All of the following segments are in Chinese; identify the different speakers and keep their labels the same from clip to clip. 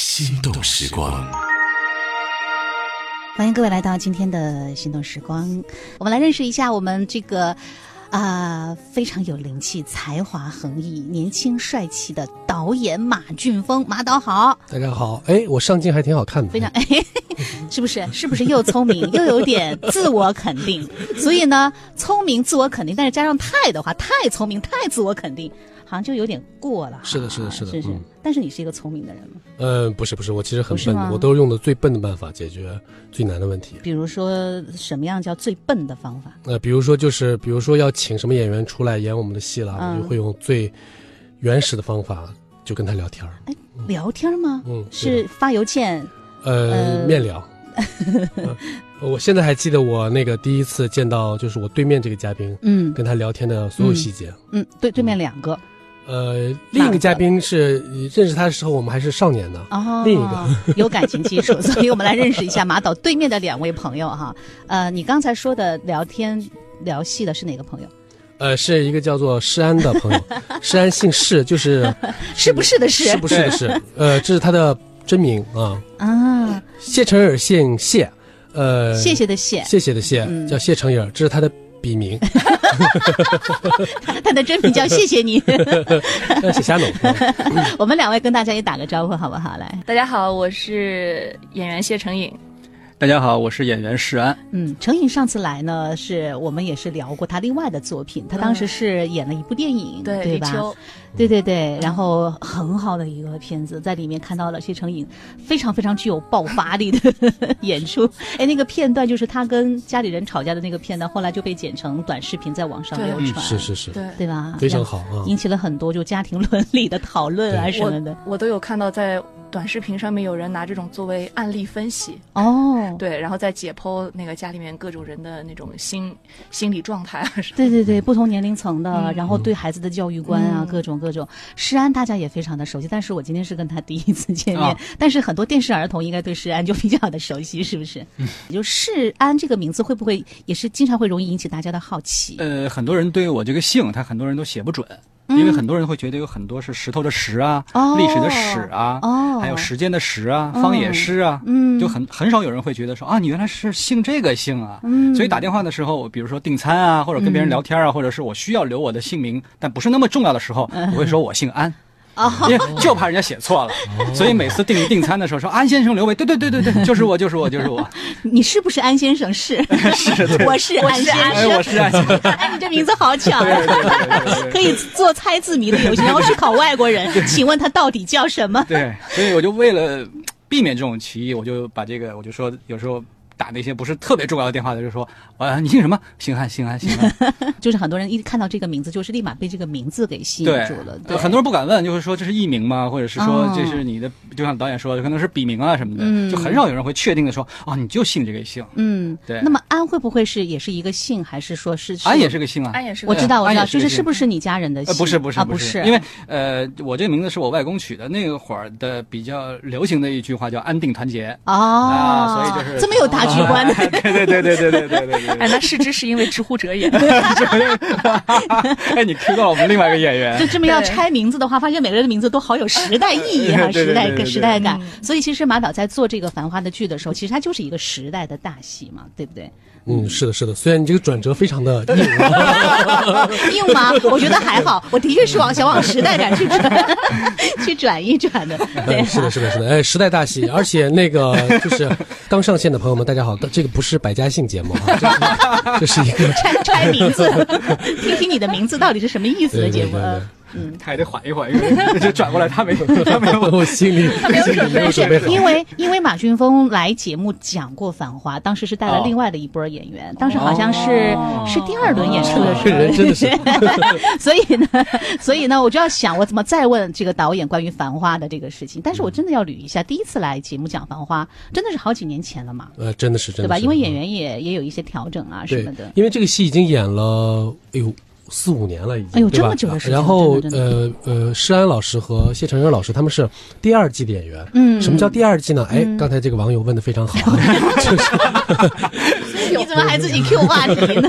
Speaker 1: 心动时光。
Speaker 2: 欢迎各位来到今天的心动时光，我们来认识一下我们这个啊、非常有灵气、才华横溢、年轻帅气的导演马俊峰，马导好，
Speaker 3: 大家好，哎，我上镜还挺好看的，
Speaker 2: 非常 哎，是不是？是不是又聪 明又有点自我肯定？所以呢，聪明、自我肯定，但是加上太的话，太聪明、太自我肯定，好像就有点过了哈。
Speaker 3: 是的是的是的
Speaker 2: 是是。
Speaker 3: 嗯
Speaker 2: 但是你是一个聪明的人吗？
Speaker 3: 嗯、不是不是，我其实
Speaker 2: 不
Speaker 3: 很
Speaker 2: 是
Speaker 3: 笨
Speaker 2: 吗
Speaker 3: 的，我都是用的最笨的办法解决最难的问题。
Speaker 2: 比如说，什么样叫最笨的方法？
Speaker 3: 那、比如说就是，比如说要请什么演员出来演我们的戏了，
Speaker 2: 嗯
Speaker 3: 啊我就会用最原始的方法，就跟他聊天儿，
Speaker 2: 聊天吗？
Speaker 3: 嗯，对
Speaker 2: 是
Speaker 3: 的
Speaker 2: 发邮件，
Speaker 3: 呃
Speaker 2: 呃
Speaker 3: 面聊。嗯我现在还记得我那个第一次见到就是我对面这个嘉宾，
Speaker 2: 嗯
Speaker 3: 跟他聊天的所有细节。
Speaker 2: 嗯，对，对面两个
Speaker 3: 呃，另一个嘉宾是认识他的时候，我们还是少年呢。
Speaker 2: 哦，
Speaker 3: 另一个
Speaker 2: 有感情基础，所以我们来认识一下马导对面的两位朋友哈。呃，你刚才说的聊天聊戏的是哪个朋友？
Speaker 3: 呃，是一个叫做施安的 朋友，施安姓释，就是
Speaker 2: 是不是的是
Speaker 3: 是不是的是，呃，这是他的真名啊，
Speaker 2: 啊？
Speaker 3: 谢成尔姓谢，呃，
Speaker 2: 谢谢的谢，
Speaker 3: 谢谢的谢，
Speaker 2: 嗯
Speaker 3: 叫谢成尔，这是他的笔名，
Speaker 2: 他的真名叫谢谢 你。
Speaker 3: 呃写瞎弄。嗯
Speaker 2: 我们两位跟大家也打个招呼好不好？来，
Speaker 4: 大家好，我是演员谢成颖。
Speaker 5: 大家好，我是演员释安。
Speaker 2: 嗯，程颖上次来呢，是我们也是聊过他另外的作品，他当时是演了一部电影，
Speaker 4: 嗯对，
Speaker 2: 对
Speaker 4: 李
Speaker 2: 吧？
Speaker 4: 秋，
Speaker 2: 对对对，然后很好的一个片子，在里面看到了谢成颖非常非常具有爆发力的 演出。哎，那个片段就是他跟家里人吵架的那个片段，后来就被剪成短视频在网上
Speaker 4: 对
Speaker 2: 流 传，
Speaker 3: 嗯是是是，
Speaker 4: 对，
Speaker 2: 对吧？
Speaker 3: 非常好啊。
Speaker 2: 引起了很多就家庭伦理的讨论啊什么的。
Speaker 4: 我都有看到在短视频上面有人拿这种作为案例分析，
Speaker 2: 哦，
Speaker 4: 对，然后再解剖那个家里面各种人的那种心心理状态啊什么。
Speaker 2: 对对
Speaker 5: 嗯
Speaker 2: 对，不同年龄层的，
Speaker 4: 嗯
Speaker 2: 然后对孩子的教育观啊，
Speaker 4: 嗯
Speaker 2: 各种各种。施安大家也非常的熟悉，但是我今天是跟他第一次见面，
Speaker 5: 啊
Speaker 2: 但是很多电视儿童应该对施安就比较的熟悉，是不是？
Speaker 5: 嗯
Speaker 2: 也就施安这个名字会不会也是经常会容易引起大家的好奇？
Speaker 5: 呃，很多人对我这个姓，他很多人都写不准，因为很多人会觉得有很多是石头的石啊，
Speaker 2: 嗯哦
Speaker 5: 历史的史啊，
Speaker 2: 哦，
Speaker 5: 还有时间的时啊，
Speaker 2: 嗯
Speaker 5: 方野诗啊，
Speaker 2: 嗯，
Speaker 5: 就很很少有人会觉得说啊，你原来是姓这个姓啊。
Speaker 2: 嗯，
Speaker 5: 所以打电话的时候，比如说订餐啊，或者跟别人聊天啊，或者是我需要留我的姓名，但不是那么重要的时候，我会说我姓安，
Speaker 2: 嗯哦，
Speaker 5: 因为就怕人家写错了，所以每次订订餐的时候说安先生留位，对对对对对，就是我就是我就是 我，
Speaker 2: 你是不是安先生？是，
Speaker 5: 是，对
Speaker 2: 我是安先
Speaker 5: 哎，
Speaker 2: 生。
Speaker 5: 我是安先生。
Speaker 2: 哎，你这名字好巧
Speaker 5: 对
Speaker 2: 呀、
Speaker 5: 对对对对 对
Speaker 2: 可以做猜字谜的游戏，然后去考外国 人。请问他到底叫什么？
Speaker 5: 对，所以我就为了避免这种歧义，我就把这个，我就说有时候打那些不是特别重要的电话，他就说啊，你姓什么？姓汉，姓汉，姓汉。
Speaker 2: 就是很多人一看到这个名字，就是立马被这个名字给吸引
Speaker 5: 对
Speaker 2: 住了。，对，
Speaker 5: 呃很多人不敢问，就会说这是艺名吗？或者是说
Speaker 2: 哦
Speaker 5: 这是你的，就像导演说的，可能是笔名啊什么的，
Speaker 2: 嗯
Speaker 5: 就很少有人会确定的说啊，你就姓这个姓。
Speaker 2: 嗯，
Speaker 5: 对
Speaker 2: 那么安会不会是也是一个姓，还是说是
Speaker 5: 安也是？个姓啊，
Speaker 4: 安也是个，
Speaker 2: 我知道，我知
Speaker 5: 安
Speaker 2: 道，
Speaker 5: 也是
Speaker 2: 就是
Speaker 5: 个姓
Speaker 2: 是不是你家人的姓？
Speaker 5: 呃，不是不是
Speaker 2: 啊，不
Speaker 5: 是
Speaker 2: 是，，
Speaker 5: 因为呃，我这个名字是我外公取的，那会儿的比较流行的一句话叫“安定团结
Speaker 2: 哦、”
Speaker 5: 啊，所以就是
Speaker 2: 这么有大局观的。
Speaker 5: 哎对对对对对对对对对。
Speaker 4: 哎，那是之是因为知乎者也。
Speaker 5: 哎，你 Q 到了我们另外一个演员
Speaker 2: 就。这么要拆名字的话，发现每个人的名字都好有时代意义哈、啊
Speaker 5: 对对对
Speaker 2: 时代
Speaker 5: 对对对
Speaker 2: 时代感。所以其实马导在做这个《繁花》的剧的时候，其实它就是一个时代的大戏嘛，对不 对？
Speaker 3: 嗯，是的，是的，虽然你这个转折非常的硬啊，
Speaker 2: 硬吗？我觉得还好，我的确是往想往时代感去转， 去转一转的。对、
Speaker 3: 嗯是的，是的，是的，哎，时代大戏，而且那个就是 刚上线的朋友们，大家好，这个不是百家姓节目啊，这是这是一个
Speaker 2: 拆拆名字， 听听你的名字到底是什么意思的
Speaker 3: 对
Speaker 2: 节目。
Speaker 3: 对对对
Speaker 2: 呃
Speaker 5: 他也得缓一缓，因为就转过来，他没他没有。
Speaker 3: 我心里心里没有准备好。
Speaker 2: 因为因为马俊峰来节目讲过《繁花》，当时是带了
Speaker 5: 哦
Speaker 2: 另外的一波演员，当时好像是、是第二轮演出的时
Speaker 3: 哦这
Speaker 2: 候，
Speaker 3: 人真的是，
Speaker 2: 所以呢，所以呢，我就要想我怎么再问这个导演关于《繁花》的这个事情。但是我真的要捋一下，第一次来节目讲《繁花》，真的是好几年前了嘛，
Speaker 3: 呃，真的是真的是，
Speaker 2: 对吧？因为演
Speaker 3: 嗯
Speaker 2: 员也也有一些调整啊什
Speaker 3: 对
Speaker 2: 么的，。
Speaker 3: 因为这个戏已经演了，哎呦。四五年了，已经
Speaker 2: 哎呦
Speaker 3: 对
Speaker 2: 这
Speaker 3: 吧
Speaker 2: 么久的时间
Speaker 3: 然后
Speaker 2: 真的
Speaker 3: 呃呃，施安老师和谢承恩老师他们是第二季的演员。
Speaker 2: 嗯
Speaker 3: 什么叫第二季呢？哎，刚才这个网友问的非常好啊，就是
Speaker 2: 你怎么还自己 Q 话题呢？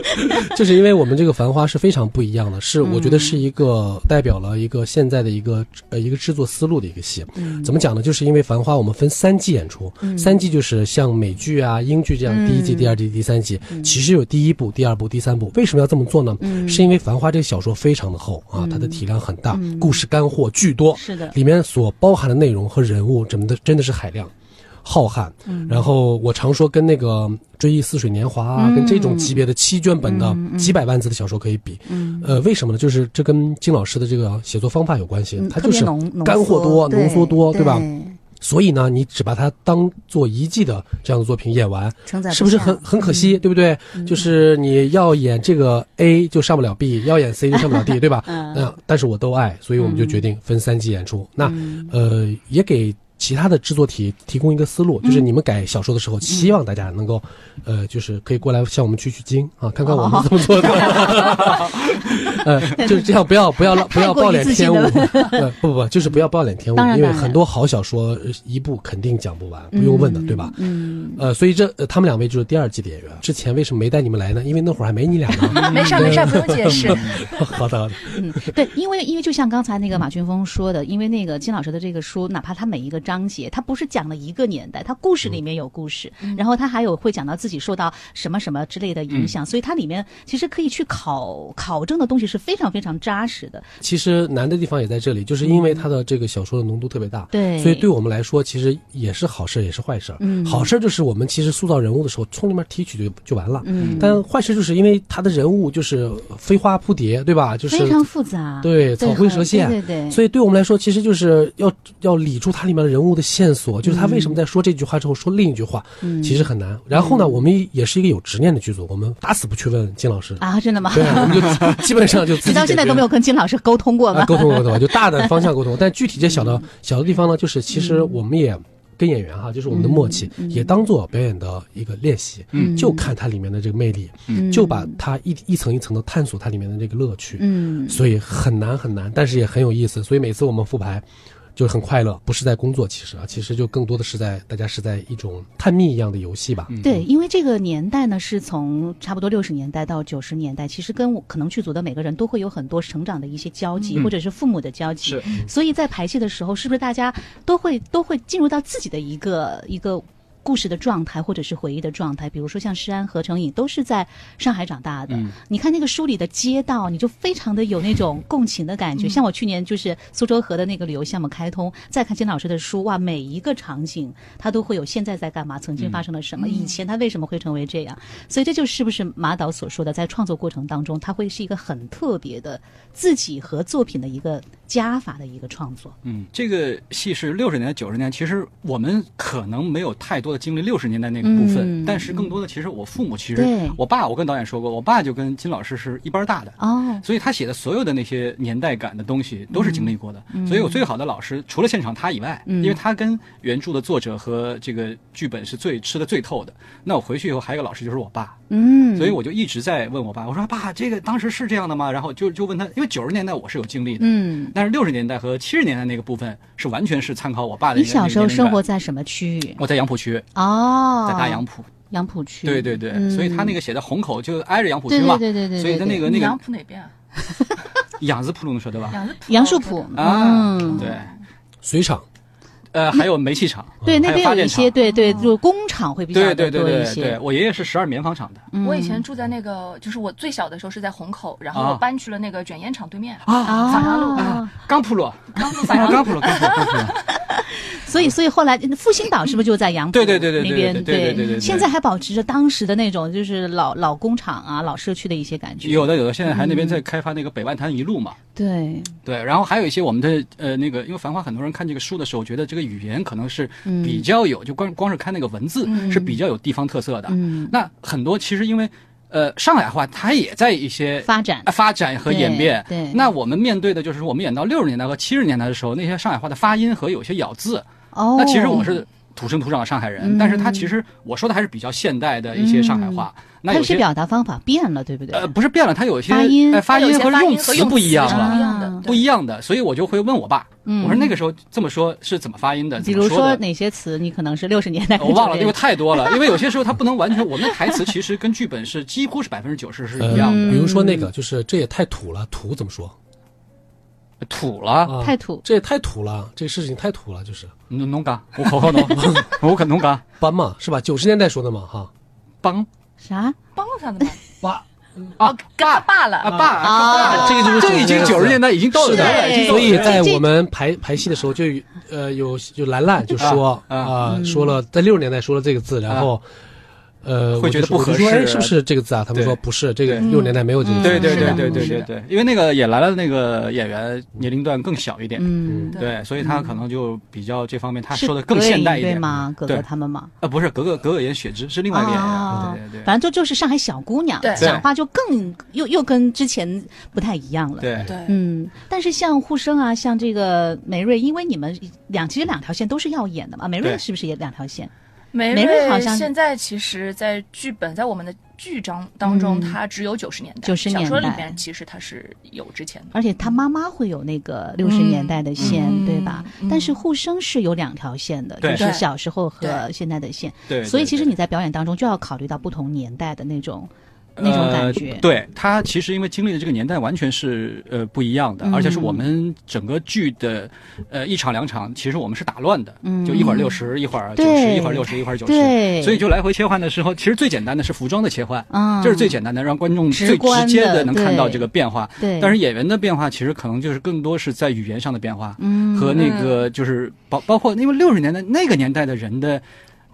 Speaker 3: 就是因为我们这个《繁花》是非常不一样的，是我觉得是一个代表了一个现在的一个呃一个制作思路的一个戏。怎么讲呢？就是因为《繁花》我们分三季演出，三季就是像美剧啊、英剧这样，第一季、第二季、第三季，其实有第一部、第二部、第三部。为什么要这么做呢？是因为《繁花》这个小说非常的厚啊，它的体量很大，故事干货巨多，
Speaker 2: 是的
Speaker 3: 里面所包含的内容和人物，真的真的是海量。浩瀚，
Speaker 2: 嗯
Speaker 3: 然后我常说跟那个《追忆似水年华》
Speaker 2: 嗯
Speaker 3: 啊，跟这种级别的七卷本的几百万字的小说可以比，
Speaker 2: 嗯
Speaker 3: 呃，为什么呢？就是这跟金老师的这个写作方法有关系，
Speaker 2: 嗯特
Speaker 3: 它就
Speaker 2: 别
Speaker 3: 是
Speaker 2: 浓浓
Speaker 3: 干货多、浓缩多，
Speaker 1: 对
Speaker 3: 吧？？所以呢，你只把它当做一季的这样的作品演完，
Speaker 1: 承载
Speaker 3: 是不是
Speaker 1: 下
Speaker 3: 很很可
Speaker 2: 嗯
Speaker 3: 惜，对不对？就是你要演这个 A 就上不了 B，要演 C 就上不了 D，对吧？
Speaker 2: 嗯
Speaker 3: 那但是我都爱，所以我们就决定分三季演出。那
Speaker 2: 嗯
Speaker 3: 呃，也给其他的制作体提供一个思路，
Speaker 2: 嗯
Speaker 3: 就是你们改小说的时候，希望大家能够呃，就是可以过来向我们取取经啊，看看我
Speaker 2: 哦
Speaker 3: 们怎么 做的。呃，就是这样，不要 不要不
Speaker 2: 太
Speaker 3: 要
Speaker 2: 过于
Speaker 3: 暴殄
Speaker 2: 自信
Speaker 3: 天物
Speaker 2: 了。
Speaker 3: 呃，不不，就是不要暴殄天物
Speaker 2: 当，然
Speaker 3: 因为
Speaker 2: 当然
Speaker 3: 很多好小说呃一部肯定讲不完，不用问的，对吧？
Speaker 2: 嗯，
Speaker 3: 呃，所以这、呃他们两位就是第二季的演员。之前为什么没带你们来呢？因为那会儿还没你俩呢。
Speaker 4: 没事儿没事儿，不用解释。
Speaker 3: 好的，好的，
Speaker 2: 嗯，对，因为因为就像刚才那个马俊峰说的，因为那个金老师的这个书，哪怕他每一个章节，他不是讲了一个年代，他故事
Speaker 3: 嗯
Speaker 2: 里面有故事，然后他还有会讲到自己受到什么什么之类的影
Speaker 3: 嗯
Speaker 2: 响，所以它里面其实可以去考考证的东西是非常非常扎实的。
Speaker 3: 其实难的地方也在这里，就是因为他的这个小说的浓度特别大，
Speaker 2: 对
Speaker 3: 所以对我们来说其实也是好事，也是坏事。嗯，好事就是我们其实塑造人物的时候，从里面提取就就完了。嗯，但坏事就是因为他的人物就是飞花扑蝶，对吧？就是
Speaker 2: 非常复杂，
Speaker 3: 对草灰蛇线，
Speaker 2: 对对对，
Speaker 3: 所以对我们来说，其实就是要要理出它里面的人物的线索，就是他为什么在说这句话之后说另一句话，
Speaker 2: 嗯
Speaker 3: 其实很难。然后呢，我们也是一个有执念的剧组，我们打死不去问金老师，
Speaker 2: 啊，真的吗？
Speaker 3: 对，我们就基本上就自己
Speaker 2: 你到现在都没有跟金老师沟通过
Speaker 3: 解决了、啊
Speaker 2: 吗？
Speaker 3: 沟通沟通，就大的方 向沟通，但具体这小
Speaker 2: 嗯
Speaker 3: 的小的地方呢，就是其实我们也。跟演员哈，就是我们的默契，
Speaker 2: 嗯
Speaker 3: 也当做表演的一个练习，
Speaker 5: 嗯
Speaker 3: 就看它里面的这个魅力，
Speaker 2: 嗯
Speaker 3: 就把它一一层一层的探索它里面的这个乐趣，
Speaker 2: 嗯，
Speaker 3: 所以很难很难，但是也很有意思。所以每次我们复排，就是很快乐，不是在工作，其实啊，其实就更多的是在大家是在一种探秘一样的游戏吧。
Speaker 2: 对，因为这个年代呢，是从差不多六十年代到九十年代，其实跟我可能剧组的每个人都会有很多成长的一些交集，或者是父母的交集
Speaker 5: 是，
Speaker 2: 所以在排戏的时候，是不是大家都会都会进入到自己的一个一个。故事的状态，或者是回忆的状态，比如说像施安和成颖都是在上海长大的。
Speaker 5: 嗯
Speaker 2: 你看那个书里的街道，你就非常的有那种共情的感觉。
Speaker 5: 嗯
Speaker 2: 像我去年就是苏州河的那个旅游项目开通，再看金老师的书，哇，每一个场景他都会有现在在干嘛，曾
Speaker 5: 嗯
Speaker 2: 经发生了什么，以前他为什么会成为这样。所以这就是不是马导所说的，在创作过程当中，它会是一个很特别的自己和作品的一个加法的一个创作。
Speaker 5: 嗯，这个戏是六十年代、九十年代，其实我们可能没有太多的经历六十年代那个部分，
Speaker 2: 嗯
Speaker 5: 但是更多的其实我父母其实
Speaker 2: 对，
Speaker 5: 我爸我跟导演说过，我爸就跟金老师是一班大的。
Speaker 2: 哦，
Speaker 5: 所以他写的所有的那些年代感的东西都是经历过的，
Speaker 2: 嗯
Speaker 5: 所以我最好的老师除了现场他以外，因为他跟原著的作者和这个剧本是最吃的最透的。那我回去以后还有一个老师就是我爸，
Speaker 2: 嗯，
Speaker 5: 所以我就一直在问我爸，我说爸，这个当时是这样的吗？然后就就问他，因为九十年代我是有经历的，
Speaker 2: 嗯，
Speaker 5: 但是六十年代和七十年代那个部分是完全是参考我爸的
Speaker 2: 你
Speaker 5: 那个。
Speaker 2: 小时候
Speaker 5: 那个年
Speaker 2: 生
Speaker 5: 代
Speaker 2: 活在什么区域？
Speaker 5: 我在杨浦区，
Speaker 2: 哦，
Speaker 5: 在大杨浦，
Speaker 2: 杨浦区，
Speaker 5: 对对对，
Speaker 2: 嗯
Speaker 5: 所以他那个写的虹口就挨着杨浦
Speaker 2: 对
Speaker 5: 区嘛，
Speaker 2: 对对对对对
Speaker 5: 所以他那个那
Speaker 4: 你杨
Speaker 5: 个
Speaker 4: 浦哪边啊？
Speaker 5: 杨子浦路说对吧？
Speaker 4: 杨子
Speaker 2: 杨树浦，
Speaker 5: 啊
Speaker 2: 嗯，
Speaker 5: 对，
Speaker 3: 水厂
Speaker 5: 呃，还有煤气厂，
Speaker 2: 对，那
Speaker 5: 还有
Speaker 2: 边
Speaker 5: 发
Speaker 2: 有
Speaker 5: 电
Speaker 2: 一
Speaker 5: 厂嗯
Speaker 2: 些，，对对，就工厂会比较
Speaker 5: 对
Speaker 2: 的
Speaker 5: 对对
Speaker 2: 多一
Speaker 5: 对
Speaker 2: 些。哦
Speaker 5: 对，我爷爷是十二棉纺厂的
Speaker 4: 我以前住在那个，就是我最小的时候是在虹口，然后
Speaker 5: 啊
Speaker 4: 我搬去了那个卷烟厂对面，
Speaker 5: 啊，
Speaker 2: 啊
Speaker 4: 反阳路
Speaker 5: 刚铺路，
Speaker 4: 刚路反阳
Speaker 5: 刚
Speaker 4: 路。
Speaker 5: 铺路，刚铺路，刚铺路。
Speaker 2: 所以所以后来复兴岛是不是就在杨浦
Speaker 5: 对对对对对
Speaker 2: 那边？
Speaker 5: 对对对对对对
Speaker 2: 现在还保持着当时的那种就是老老工厂啊、老社区的一些感觉。
Speaker 5: 有的有的，现在还那边在开发那个北外滩一路嘛，
Speaker 2: 对，
Speaker 5: 对，然后还有一些我们的呃那个，因为《繁花》很多人看这个书的时候，觉得这个语言可能是
Speaker 2: 嗯
Speaker 5: 比较有，就光光是看那个文字、是比较有地方特色的。
Speaker 2: 嗯，
Speaker 5: 那很多其实因为呃上海话它也在一些
Speaker 2: 发展
Speaker 5: 啊发展和演变。
Speaker 2: 对对
Speaker 5: 那我们面对的就是说我们演到六十年代和七十年代的时候，那些上海话的发音和有些咬字，
Speaker 2: 哦，嗯
Speaker 5: 那其实我是土生土长的上海人，但是他其实我说的还是比较现代的一些上海话。
Speaker 2: 嗯它
Speaker 5: 那
Speaker 2: 有
Speaker 5: 有
Speaker 2: 些
Speaker 5: 些
Speaker 2: 表达方法变了，对不对？
Speaker 5: 呃不是变了，它有一些
Speaker 2: 发音
Speaker 5: 呃发
Speaker 4: 它有
Speaker 5: 音
Speaker 4: 些
Speaker 5: 和
Speaker 4: 发
Speaker 5: 用
Speaker 4: 音和
Speaker 5: 词
Speaker 4: 用
Speaker 5: 不一
Speaker 4: 词
Speaker 5: 样
Speaker 4: 是
Speaker 5: 了
Speaker 4: 不一样的
Speaker 2: 啊，
Speaker 4: 对
Speaker 5: 不一样的，所以我就会问我爸，
Speaker 2: 嗯
Speaker 5: 我说那个时候这么说是怎么发音的？
Speaker 2: 比
Speaker 5: 怎么
Speaker 2: 如
Speaker 5: 说
Speaker 2: 说
Speaker 5: 的哦
Speaker 2: 哪些词，你可能是六十年代
Speaker 5: 我忘
Speaker 2: 这
Speaker 5: 了，因
Speaker 2: 种
Speaker 5: 为太多了。因为有些时候它不能完全，我们的台词其实跟剧本是几乎是百分之九十是一
Speaker 2: 嗯
Speaker 5: 样的。
Speaker 3: 呃，比如说那个，就是这也太土了，土怎么说？
Speaker 5: 土了，
Speaker 3: 啊
Speaker 2: 太土
Speaker 3: 这也太土了，这个事情太土了，就是
Speaker 5: 侬侬讲，我好好侬， 我可侬讲，
Speaker 3: 斑嘛，是吧？九十年代说的嘛，哈，
Speaker 5: 帮
Speaker 2: 啥
Speaker 4: 帮上的嘛，
Speaker 3: 哇，
Speaker 5: 啊
Speaker 4: 他
Speaker 5: 爸
Speaker 4: 爸了
Speaker 5: 啊爸啊，
Speaker 2: 啊
Speaker 3: 这个就是
Speaker 5: 这已经九十年
Speaker 3: 代。
Speaker 5: 代已经到
Speaker 3: 是
Speaker 5: 了哎这儿了，已
Speaker 2: 对
Speaker 5: 经
Speaker 3: 的，
Speaker 5: 到
Speaker 3: 所
Speaker 5: 了
Speaker 3: 以
Speaker 5: 这儿了
Speaker 3: 在我们排排戏的时候就，呃有就兰兰就说
Speaker 5: 啊
Speaker 3: 啊，说了在六十年代说了这个字，然后呃，
Speaker 5: 会觉得
Speaker 3: 我就说
Speaker 5: 不合
Speaker 3: 我就说哎
Speaker 5: 适
Speaker 3: 是不是这个字啊？他们说
Speaker 5: 对
Speaker 3: 不是，这个
Speaker 5: 对
Speaker 3: 六十年代没有这个字。
Speaker 5: 对对
Speaker 2: 嗯
Speaker 4: 是
Speaker 5: 对
Speaker 4: 的
Speaker 5: 对对
Speaker 4: 是
Speaker 5: 对
Speaker 4: 的
Speaker 5: 对，因为那个也来了，那个演员年龄段更小一点，
Speaker 2: 嗯，
Speaker 5: 对，所以他可能就比较这方面，他
Speaker 2: 是
Speaker 5: 说的更
Speaker 2: 格野
Speaker 5: 现代
Speaker 2: 一
Speaker 5: 一
Speaker 2: 对
Speaker 5: 点
Speaker 2: 吗？格格
Speaker 5: 对
Speaker 2: 他们吗？
Speaker 5: 呃，不是格格格格演雪芝是另外一个演
Speaker 2: 啊
Speaker 5: 员，对对对。
Speaker 2: 反正就就是上海小姑娘，
Speaker 4: 对
Speaker 2: 讲话就更又又跟之前不太一样了。
Speaker 5: 对
Speaker 4: 对，
Speaker 2: 嗯，但是像沪生啊，像这个梅瑞，因为你们两其实两条线都是要演的嘛，梅瑞
Speaker 5: 对
Speaker 2: 是不是也两条线？
Speaker 4: 梅
Speaker 2: 梅瑞好像
Speaker 4: 现在其实，在剧本在我们的剧章当中，
Speaker 2: 嗯
Speaker 4: 它只有九十年代，
Speaker 2: 90
Speaker 4: 小说
Speaker 2: 年代
Speaker 4: 里面其实它是有之前的。
Speaker 2: 而且他妈妈会有那个六十年代的线，
Speaker 4: 嗯
Speaker 2: 对吧？
Speaker 4: 嗯
Speaker 2: 但是沪生是有两条线的，就
Speaker 5: 对
Speaker 2: 是小时候和
Speaker 4: 对
Speaker 2: 现在的线。
Speaker 5: 对，
Speaker 2: 所以其实
Speaker 5: 你。
Speaker 2: 你在表演当中就要考虑到不同年代的那种那种感觉
Speaker 5: 呃、。对他其实因为经历的这个年代完全是呃不一样的，
Speaker 2: 嗯
Speaker 5: 而且是我们整个剧的呃一场两场，其实我们是打乱的，
Speaker 2: 嗯
Speaker 5: 就一会儿六十，一会儿九
Speaker 2: 对
Speaker 5: 十，一会儿六十，一会儿九十，
Speaker 2: 对，
Speaker 5: 所以就来回切换的时候，其实最简单的是服装的切换。
Speaker 2: 嗯，
Speaker 5: 这是最简单的，让观众
Speaker 2: 直
Speaker 5: 最
Speaker 2: 观
Speaker 5: 直
Speaker 2: 的
Speaker 5: 接的能看到
Speaker 2: 对
Speaker 5: 这个变化。
Speaker 2: 对，
Speaker 5: 但是演员的变化，其实可能就是更多是在语言上的变化，
Speaker 2: 嗯
Speaker 5: 和那个就是包包括，因为六十年代那个年代的人的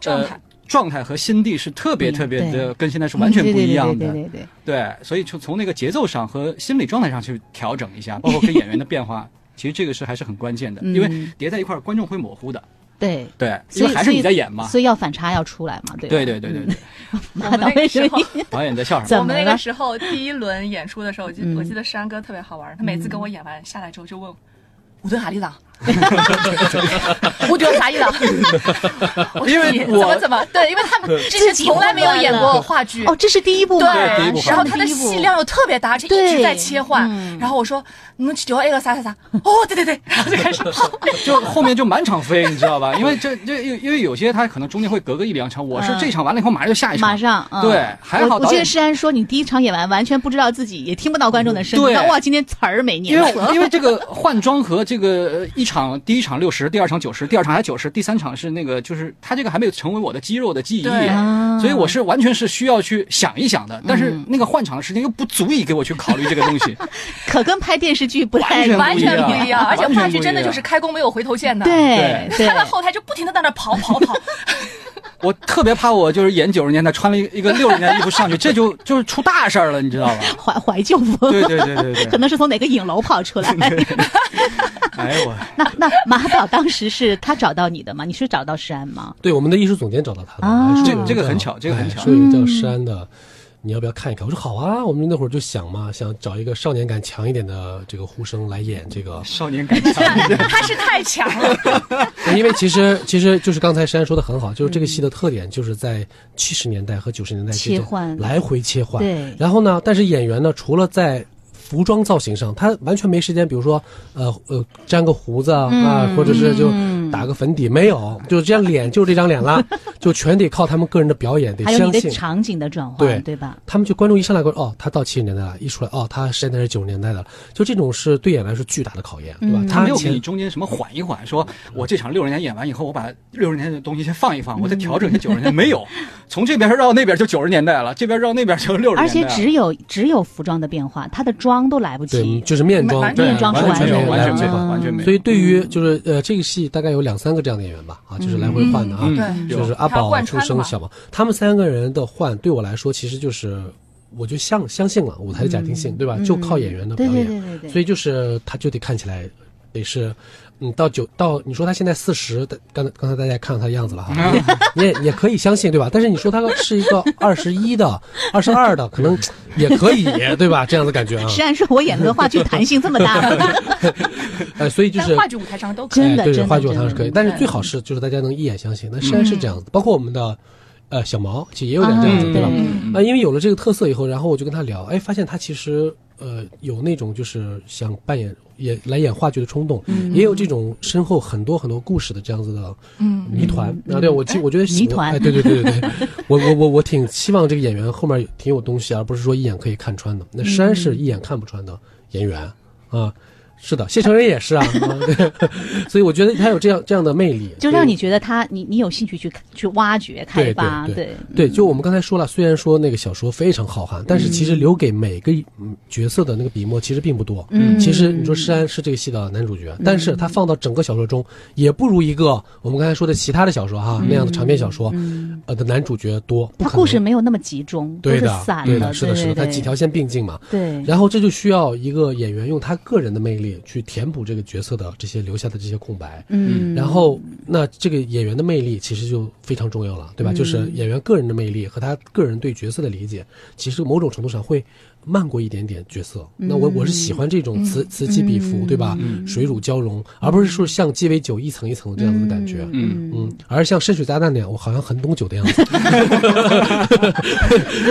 Speaker 4: 状
Speaker 5: 呃
Speaker 4: 态、
Speaker 5: 状态和心地是特别
Speaker 2: 嗯对
Speaker 5: 特别的，跟现在是完全不一样的
Speaker 2: 嗯对。对对对对对
Speaker 5: 对，所以就从那个节奏上和心理状态上去调整 一下，包括跟演员的变化， 其实这个是还是很关键的，
Speaker 2: 嗯
Speaker 5: 因为叠在一块儿，观众会模糊的。
Speaker 2: 对
Speaker 5: 对，因
Speaker 2: 所以
Speaker 5: 为还是你在演嘛。
Speaker 2: 所以要反差要出来嘛，对吧？
Speaker 5: 对对对对
Speaker 2: 嗯
Speaker 5: 对，
Speaker 4: 我们那个时 候，
Speaker 5: 导演在笑什
Speaker 2: 怎么
Speaker 5: 么？
Speaker 4: 我们那
Speaker 2: 了
Speaker 4: 个时候第一轮演出的时候，我记
Speaker 2: 嗯
Speaker 4: 我记得山哥特别好玩，他每次跟我演完下来之后就问我：“我对哪里了？”我觉得啥意 了？我
Speaker 5: 因
Speaker 4: 说
Speaker 5: 为
Speaker 4: 你怎
Speaker 5: 我
Speaker 4: 么怎么对，因为他们之前从来没有演过话剧
Speaker 2: 哦，这是第一部
Speaker 4: 对
Speaker 2: 吗？
Speaker 5: 第一部
Speaker 4: 然
Speaker 2: 上
Speaker 4: 后它的
Speaker 2: 第一部
Speaker 4: 戏量又特别大，而且一
Speaker 2: 对
Speaker 4: 直在切换。然后我说：“你们去调 A 个啥啥啥？”哦，对对对，然后就开始跑。
Speaker 5: 就后面就满场飞，你知道吧？因为这这因为有些他可能中间会隔个一两场，我是
Speaker 2: 嗯
Speaker 5: 这场完了以后马上就下一场，
Speaker 2: 马上、嗯、
Speaker 5: 对还好
Speaker 2: 我我
Speaker 5: 导
Speaker 2: 记
Speaker 5: 演
Speaker 2: 得诗安说，你第一场演完完全不知道自己，也听不到观众的声音。
Speaker 5: 对
Speaker 2: 那哇，今天词儿没念
Speaker 5: 因为因为这个换装和这个呃一场第一场六十，第二场九十，第二场还九十，第三场是那个就是他这个还没有成为我的肌肉的记忆，
Speaker 4: 对
Speaker 2: 啊
Speaker 5: 所以我是完全是需要去想一想的。但是那个换场的时间又不足以给我去考虑这个东西，
Speaker 2: 可跟拍电视剧不太
Speaker 4: 完
Speaker 5: 完
Speaker 4: 全
Speaker 5: 全
Speaker 4: 不
Speaker 5: 不
Speaker 4: 一
Speaker 5: 一
Speaker 4: 样，
Speaker 5: 样
Speaker 4: 而且
Speaker 5: 完全
Speaker 4: 话
Speaker 5: 不
Speaker 4: 剧
Speaker 5: 一
Speaker 4: 真的就
Speaker 5: 样
Speaker 4: 是开工没有回头箭的。
Speaker 2: 对对
Speaker 4: 他们后台就不停的在那跑跑跑，
Speaker 5: 我特别怕我就是演九十年代穿了一个六十年代衣服上去，这就就是出大事儿了，你知道吧？
Speaker 2: 怀怀旧风，
Speaker 5: 对对对 对
Speaker 2: 可
Speaker 5: 对，
Speaker 2: 能是从哪个影楼跑出来。
Speaker 5: 哎我
Speaker 2: 那那马导当时是他找到你的吗？你是找到诗安吗？
Speaker 3: 对，我们的艺术总监找到他的，
Speaker 2: 啊嗯
Speaker 3: 哎说
Speaker 2: 这
Speaker 3: 有一
Speaker 5: 这个很巧这个很
Speaker 3: 哎
Speaker 5: 巧
Speaker 3: 说有一个叫山的，你要不要看一看？我说好啊，我们那会儿就想嘛，想找一个少年感强一点的这个呼声来演这个，
Speaker 5: 少年 感强，
Speaker 4: 他是太强了。
Speaker 3: 因为其实其实就是刚才山说的很好，就是这个戏的特点就是在七十年代和九十年代之间
Speaker 2: 切换
Speaker 3: 来回切换，
Speaker 2: 对
Speaker 3: 然后呢，但是演员呢，除了在服装造型上，他完全没时间，比如说，呃呃，粘个胡子啊，
Speaker 2: 嗯
Speaker 3: 啊或者是就打个粉底，没有，就这样脸就这张 脸啦，就全得靠他们个人的表演，得
Speaker 2: 还有
Speaker 3: 相
Speaker 2: 你的
Speaker 3: 信。
Speaker 2: 场景的转换，
Speaker 3: 对
Speaker 2: 吧？
Speaker 3: 他们就观众一上来过，哦，他到七十年代了，一出来，哦，他现在是九十年代的了，就这种是对演员是巨大的考验，对吧？
Speaker 2: 嗯
Speaker 5: 他没有给
Speaker 3: 前
Speaker 5: 你中间什么缓一缓，说我这场六十年演完以后，我把六十年的东西先放一放，我再调整一下九十年，没 有，从这边绕那边就九十年代了，这边绕那边就六十
Speaker 2: 而
Speaker 5: 年
Speaker 2: 且
Speaker 5: 代了，
Speaker 2: 只有只有服装的变化，他的妆都来不
Speaker 3: 啊对，
Speaker 2: 及。
Speaker 3: 就是面妆，
Speaker 4: 完
Speaker 5: 对
Speaker 2: 面妆是
Speaker 5: 完全没
Speaker 2: 完全
Speaker 5: 有，完全没有，
Speaker 2: 没有嗯
Speaker 5: 完全没有。
Speaker 3: 所以对于就是呃这个戏大概有两三个这样的演员吧，啊，就是来回换的啊，
Speaker 5: 嗯
Speaker 4: 对
Speaker 3: 就是阿
Speaker 4: 他
Speaker 3: 宝、
Speaker 4: 贯
Speaker 3: 出
Speaker 4: 穿了
Speaker 3: 生、
Speaker 4: 嘛
Speaker 3: 小王，他们三个人的换对我来说，其实就是我就相相信了舞台的假定性，
Speaker 2: 嗯
Speaker 3: 对吧？就靠演员的表
Speaker 2: 对
Speaker 3: 演，
Speaker 2: 对对对对，
Speaker 3: 所
Speaker 2: 以
Speaker 3: 以就是他就得看起来得是，嗯，到九到你说他现在四十，刚才刚才大家看到他的样子了哈，
Speaker 5: 啊嗯
Speaker 3: 你也也可以相信对吧？但是你说他是一个二十一的、二十二的，可能也可以对吧？这样的感 觉啊，
Speaker 2: 虽然说我演的话剧弹性这么大，
Speaker 3: 呃，所以就
Speaker 4: 但
Speaker 3: 是
Speaker 4: 话剧舞台上都可以。
Speaker 2: 真的
Speaker 3: 哎、对
Speaker 2: 真的
Speaker 3: 话剧
Speaker 2: 真
Speaker 3: 我
Speaker 2: 的
Speaker 3: 当是可以，但是最好是就是大家能一眼相信。那实在是这样子，包括我们的呃小毛其实也有点这样子，
Speaker 2: 啊
Speaker 3: 对吧？
Speaker 2: 对
Speaker 3: 呃啊、因为有了这个特色以后，然后我就跟他聊，哎，发现他其实呃有那种就是想扮演也来演话剧的冲动，也有这种身后很多很多故事的这样子的
Speaker 4: 嗯
Speaker 3: 谜团啊。对我记我觉得喜
Speaker 2: 谜团
Speaker 3: 哎，对对对 对对，我我我我挺期望这个演员后面有挺有东西，而不是说一眼可以看穿的。那山
Speaker 2: 嗯
Speaker 3: 是一眼看不穿的演员啊。是的，谢承仁也是啊， 啊对所以我觉得他有这样这样的魅力，
Speaker 2: 就
Speaker 3: 对
Speaker 2: 让你觉得他，你你有兴趣去看去挖掘、开发，
Speaker 3: 对啊
Speaker 2: 对
Speaker 3: 对，就我们刚才说了，虽然说那个小说非常浩瀚，但是其实留给每个嗯角色的那个笔墨其实并不多。
Speaker 2: 嗯
Speaker 3: 其实你说施安是这个戏的男主角，但是他放到整个小说中，也不如一个我们刚才说的其他的小说哈那样的长篇小说，呃的男主角多。
Speaker 2: 嗯
Speaker 3: 不
Speaker 2: 他嗯
Speaker 3: 可
Speaker 2: 故事
Speaker 3: 能
Speaker 2: 没有那么集中，
Speaker 3: 对
Speaker 2: 都
Speaker 3: 的
Speaker 2: 是，散
Speaker 3: 对
Speaker 2: 的，
Speaker 3: 是的，是的，他
Speaker 2: 对
Speaker 3: 几条线并进嘛。
Speaker 2: 对，
Speaker 3: 然后这就需要一个演员用他个人的魅力去填补这个角色的这些留下的这些空白。
Speaker 2: 嗯，
Speaker 3: 然后，那这个演员的魅力其实就非常重要了，对吧？就是演员个人的魅力和他个人对角色的理解，其实某种程度上会慢过一点点角色。那我我是喜欢这种此此起彼伏，对吧？水乳交融，而不是说像鸡尾酒一层一层的这样子的感觉。
Speaker 5: 嗯
Speaker 3: 嗯，而像深水炸弹那样，我好像很懂酒的 样子，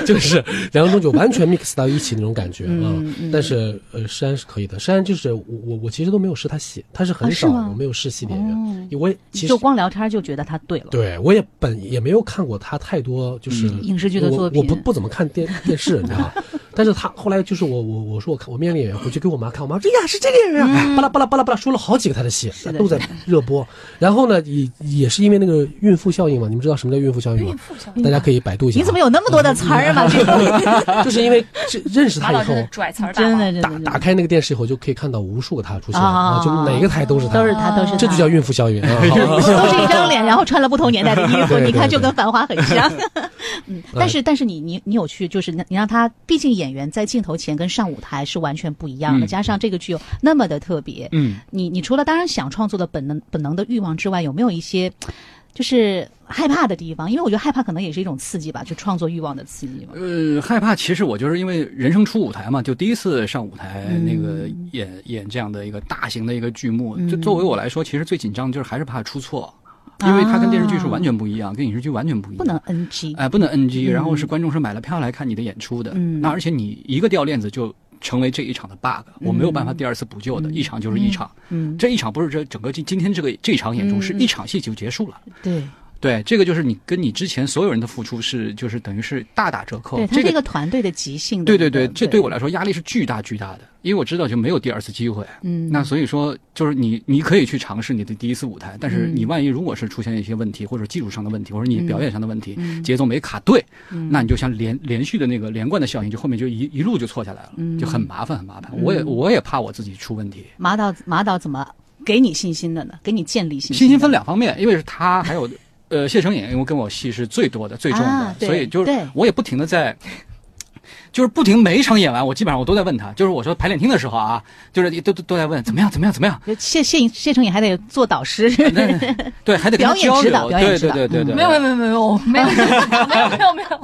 Speaker 3: 就是两种酒完全 mix 到一起那种感觉
Speaker 2: 嗯
Speaker 3: 啊。但是呃，山是可以的，山就是我我我其实都没有试他戏，他是很
Speaker 2: 啊是
Speaker 3: 少、
Speaker 2: 吗
Speaker 3: 我没有试戏的演
Speaker 2: 哦
Speaker 3: 员，我也其实
Speaker 2: 就光聊天就觉得他对了，
Speaker 3: 对我也本也没有看过他太多就是、
Speaker 2: 嗯影视剧的作品
Speaker 3: 我我不不怎么看电电视，你知 道吧？但是他后来就是我我我说我看我面临演员回去给我妈看，我妈说哎呀是这个演员 啊，巴拉巴拉巴拉巴拉说了好几个他的戏
Speaker 2: 嗯的
Speaker 3: 都在热播，然后呢也也是因为那个孕妇效应嘛，你们知道什么叫孕妇效应吗？大家可以百度一下啊。
Speaker 2: 你怎么有那么多的词儿啊？马志忠
Speaker 3: 就是因为这认识
Speaker 4: 马
Speaker 3: 他
Speaker 4: 老
Speaker 3: 以
Speaker 4: 师
Speaker 3: 后
Speaker 4: 是。拽词儿 大
Speaker 2: 真
Speaker 4: 王
Speaker 2: 的真的
Speaker 3: 打
Speaker 2: 真的
Speaker 3: 打开那个电视以后，就可以看到无数个他出现
Speaker 2: 啊
Speaker 3: 啊，就哪个台都是他，
Speaker 2: 都是他，都是他，
Speaker 3: 这就叫孕妇效应啊。好 吧
Speaker 2: 都是一张脸，然后穿了不同年代的衣服，
Speaker 3: 对对
Speaker 2: 你看
Speaker 3: 对
Speaker 2: 就跟《繁花》很 像。嗯，但是但是你你你有去，就是你你让他，毕竟演员在镜头前跟上舞台是完全不一样的，
Speaker 5: 嗯
Speaker 2: 加上这个剧有那么的特别，
Speaker 5: 嗯，
Speaker 2: 你你除了当然想创作的本能本能的欲望之外，有没有一些就是害怕的地方？因为我觉得害怕可能也是一种刺激吧，就创作欲望的刺激嘛。
Speaker 5: 呃，害怕其实我就是因为人生初舞台嘛，就第一次上舞台，那个演、演这样的一个大型的一个剧目，
Speaker 2: 嗯
Speaker 5: 就作为我来说，其实最紧张的就是还是怕出错，
Speaker 2: 啊
Speaker 5: 因为它跟电视剧是完全不一样，跟影视剧完全不一样，
Speaker 2: 不能 NG，
Speaker 5: 哎，不能 NG，然后是观众是买了票来看你的演出的，那而且你一个掉链子就成为这一场的 bug，、我没有办法第二次补救的，一场就是一场，
Speaker 2: 嗯，
Speaker 5: 这一场不是这整个今今天这个这场演出是一场戏就结束了，
Speaker 2: 对
Speaker 5: 对，这个就是你跟你之前所有人的付出是就是等于是大打折扣，
Speaker 2: 对，它
Speaker 5: 哦这
Speaker 2: 是一个
Speaker 5: 个
Speaker 2: 团队的即兴的
Speaker 5: 对
Speaker 2: 一个。
Speaker 5: 对对，这对我来说压力是巨大巨大的，因为我知道就没有第二次机会，
Speaker 2: 嗯，
Speaker 5: 那所以说，就是你，你可以去尝试你的第一次舞台，
Speaker 2: 嗯
Speaker 5: 但是你万一如果是出现一些问题，或者技术上的问题，或者你表演上的问题，
Speaker 2: 嗯
Speaker 5: 节奏没卡对，那你就像连连续的那个连贯的效应，就后面就一一路就错下来了，
Speaker 2: 嗯
Speaker 5: 就很麻烦，很麻烦。我也我也怕我自己出问题。
Speaker 2: 马导马导怎么给你信心的呢？给你建立信
Speaker 5: 信
Speaker 2: 心
Speaker 5: 心
Speaker 2: 的
Speaker 5: 分两方面，因为是他还有呃谢承颖，因为跟我戏是最多的、最重的，
Speaker 2: 啊对
Speaker 5: 所以就是
Speaker 2: 对
Speaker 5: 我也不停的在。就是不停每一场演完，我基本上我都在问他，就是我说排练厅的时候啊，就是都都都在问怎么样怎么样怎么样，
Speaker 2: 就谢谢谢成也还得做导师，
Speaker 5: 那对，还得跟
Speaker 2: 表
Speaker 5: 他
Speaker 2: 演
Speaker 5: 交
Speaker 2: 指
Speaker 5: 流，
Speaker 2: 导表演
Speaker 5: 对
Speaker 2: 指
Speaker 5: 对
Speaker 2: 导
Speaker 5: 对对
Speaker 2: 嗯
Speaker 5: 对，
Speaker 4: 没有没有没有没有没有没有没有没有，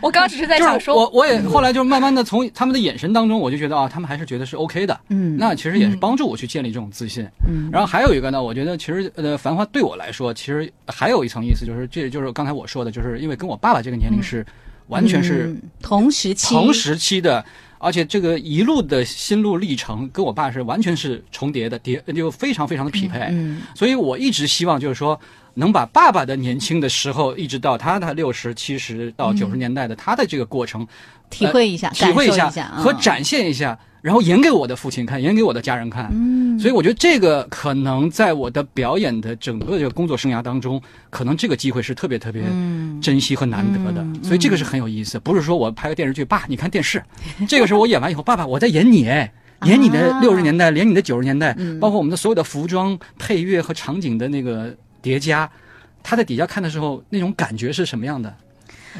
Speaker 4: 我刚只是在
Speaker 5: 就
Speaker 4: 想
Speaker 5: 是我
Speaker 4: 说，
Speaker 5: 我也后来就慢慢的从他们的眼神当中，我就觉得啊，他们还是觉得是 OK 的，
Speaker 2: 嗯
Speaker 5: 那其实也是帮助我去建立这种自信。
Speaker 2: 嗯
Speaker 5: 然后还有一个呢，我觉得其实呃，《繁花》对我来说，其实还有一层意思，就是这就是刚才我说的，就是因为跟我爸爸这个年龄是完全是
Speaker 2: 嗯同时期，
Speaker 5: 同时期的，而且这个一路的心路历程跟我爸是完全是重叠的，叠就非常非常的匹配。
Speaker 2: 嗯
Speaker 5: 所以我一直希望就是说，能把爸爸的年轻的时候，一直到他的六十七十到九十年代的他的这个过程，
Speaker 2: 体会一下，
Speaker 5: 呃体
Speaker 2: 感
Speaker 5: 会
Speaker 2: 受
Speaker 5: 下
Speaker 2: 一下啊
Speaker 5: 和展现一下，然后演给我的父亲看，演给我的家人看。嗯，所以我觉得这个可能在我的表演的整个这个工作生涯当中，可能这个机会是特别特别
Speaker 2: 嗯
Speaker 5: 珍惜和难得的。所以这个是很有意思，不是说我拍个电视剧，爸你看电视，这个是我演完以后，爸爸我在演你哎。演你的
Speaker 2: 啊嗯
Speaker 5: 六十年代，演你的九十年代，包括我们的所有的服装、配乐和场景的那个叠加，他在底下看的时候，那种感觉是什么样的？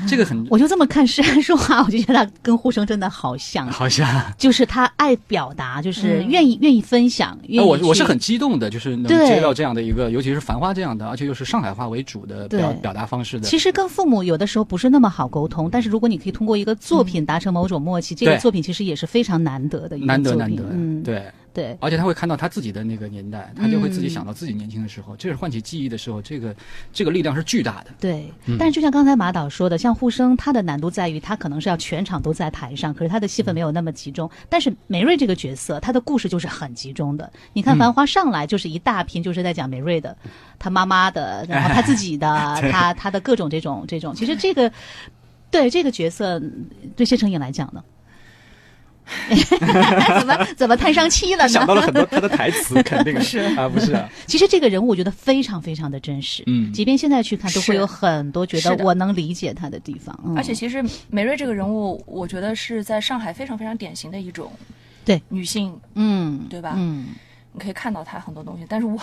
Speaker 5: 这个很
Speaker 2: 我就这么看诗安说话，我就觉得他跟呼声真的好 像，
Speaker 5: 好像。
Speaker 2: 就是他爱表达，就是愿意、愿意分享，愿意
Speaker 5: 那嗯哎呃我我是
Speaker 2: 去
Speaker 5: 很激动的，就是能
Speaker 2: 对
Speaker 5: 接到这样的一个，尤其是《繁花》这样的，而且又是上海话为主的表
Speaker 2: 对
Speaker 5: 表达方式的。
Speaker 2: 其实跟父母有的时候不是那么好沟通，但是如果你可以通过一个作品达成某种默契，这个
Speaker 5: 嗯对
Speaker 2: 作品其实也是非常难得的一个
Speaker 5: 难得
Speaker 2: 作
Speaker 5: 难
Speaker 2: 品
Speaker 5: 得，
Speaker 2: 嗯，
Speaker 5: 对，
Speaker 2: 对，
Speaker 5: 而且他会看到他自己的那个年代，他就会自己想到自己年轻的
Speaker 2: 嗯
Speaker 5: 时候，这是唤起记忆的时候，这个这个力量是 巨大的。
Speaker 2: 对，但是就像刚才马导说的，像沪生，他的难度在于他可能是要全场都在台上，可是他的戏份没有那么集中。但是梅瑞这个角色，他的故事就是很集中的。你看《繁花》上来就是一大篇，就是在讲梅瑞的，他妈妈的，然后他自己的，他他的各种这种这种。其实这个对这个角色对谢承颖来讲呢， 怎么怎么叹上气了
Speaker 5: 想
Speaker 2: 呢？
Speaker 5: 到了很多他的台词，肯 定是啊，不是啊，
Speaker 2: 其实这个人物我觉得非常非常的真实，
Speaker 5: 嗯
Speaker 2: 即便现在去看都会
Speaker 4: 是
Speaker 2: 有很多觉
Speaker 4: 是
Speaker 2: 得
Speaker 4: 的
Speaker 2: 我能理解他的地方，嗯
Speaker 4: 而且其实梅瑞这个人物，我觉得是在上海非常非常典型的一种
Speaker 2: 对
Speaker 4: 女性，
Speaker 2: 嗯，
Speaker 4: 对吧？
Speaker 2: 嗯。
Speaker 4: 你可以看到她很多东西，但是我。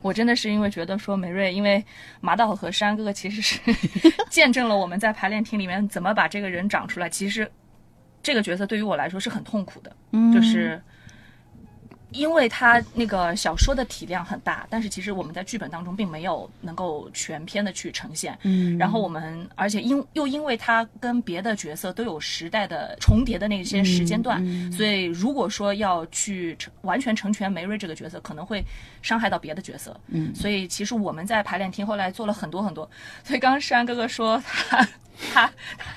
Speaker 4: 我真的是因为觉得说梅瑞，因为马导和山哥哥其实是 见证了我们在排练厅里面怎么把这个人长出来。其实这个角色对于我来说是很痛苦的，
Speaker 2: 嗯
Speaker 4: 就是因为他那个小说的体量很大，但是其实我们在剧本当中并没有能够全篇的去呈现。
Speaker 2: 嗯
Speaker 4: 然后我们，而且因又因为他跟别的角色都有时代的重叠的那些时间段，
Speaker 2: 嗯
Speaker 4: 所以如果说要去成完全成全梅瑞这个角色，可能会伤害到别的角色。嗯，所以其实我们在排练厅后来做了很多很多。所以刚刚诗安哥哥说他。他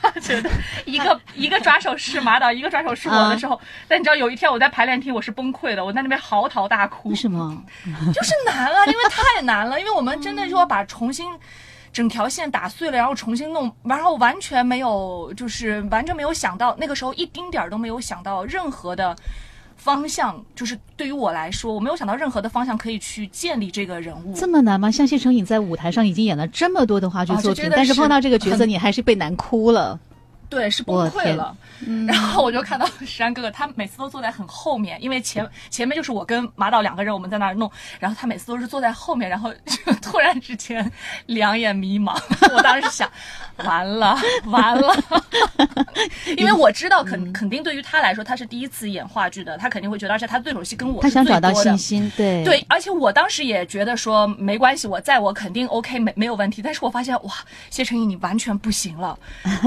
Speaker 4: 他觉得一个一个抓手是马导，一个抓手是我的时候，但你知道有一天我在排练厅我是崩溃的，我在那边嚎啕大哭
Speaker 2: 为。什么？
Speaker 4: 就是难啊，因为太难了，因为我们真的就要把重新。整条线打碎了，然后重新弄，然后完全没有，就是完全没有想到，那个时候一丁点儿都没有想到任何的方向，就是对于我来说，我没有想到任何的方向可以去建立这个人物。
Speaker 2: 这么难吗？像谢承颖在舞台上已经演了这么多的话剧
Speaker 4: 哦这
Speaker 2: 作
Speaker 4: 真
Speaker 2: 品，
Speaker 4: 的
Speaker 2: 但是
Speaker 4: 是
Speaker 2: 碰到这个角色，你还是被难哭了。
Speaker 4: 对，是崩
Speaker 2: 我
Speaker 4: 溃
Speaker 2: 天嗯
Speaker 4: 了。然后我就看到 石安哥哥，他每次都坐在很后面，因为前前面就是我跟马导两个人，我们在那儿弄，然后他每次都是坐在后面，然后 就突然之间两眼迷茫。我当时想，完了完 了，因为我知道
Speaker 2: 嗯
Speaker 4: 肯肯定对于他来说，他是第一次演话剧的，他肯定会觉得，而且他对手戏跟我
Speaker 2: 他
Speaker 4: 是
Speaker 2: 想
Speaker 4: 最
Speaker 2: 找到
Speaker 4: 多的
Speaker 2: 信心，对
Speaker 4: 对，而且我当时也觉得说没关系，我在我肯定 OK，没没有问题。但是我发现哇，谢承颖你完全不行了，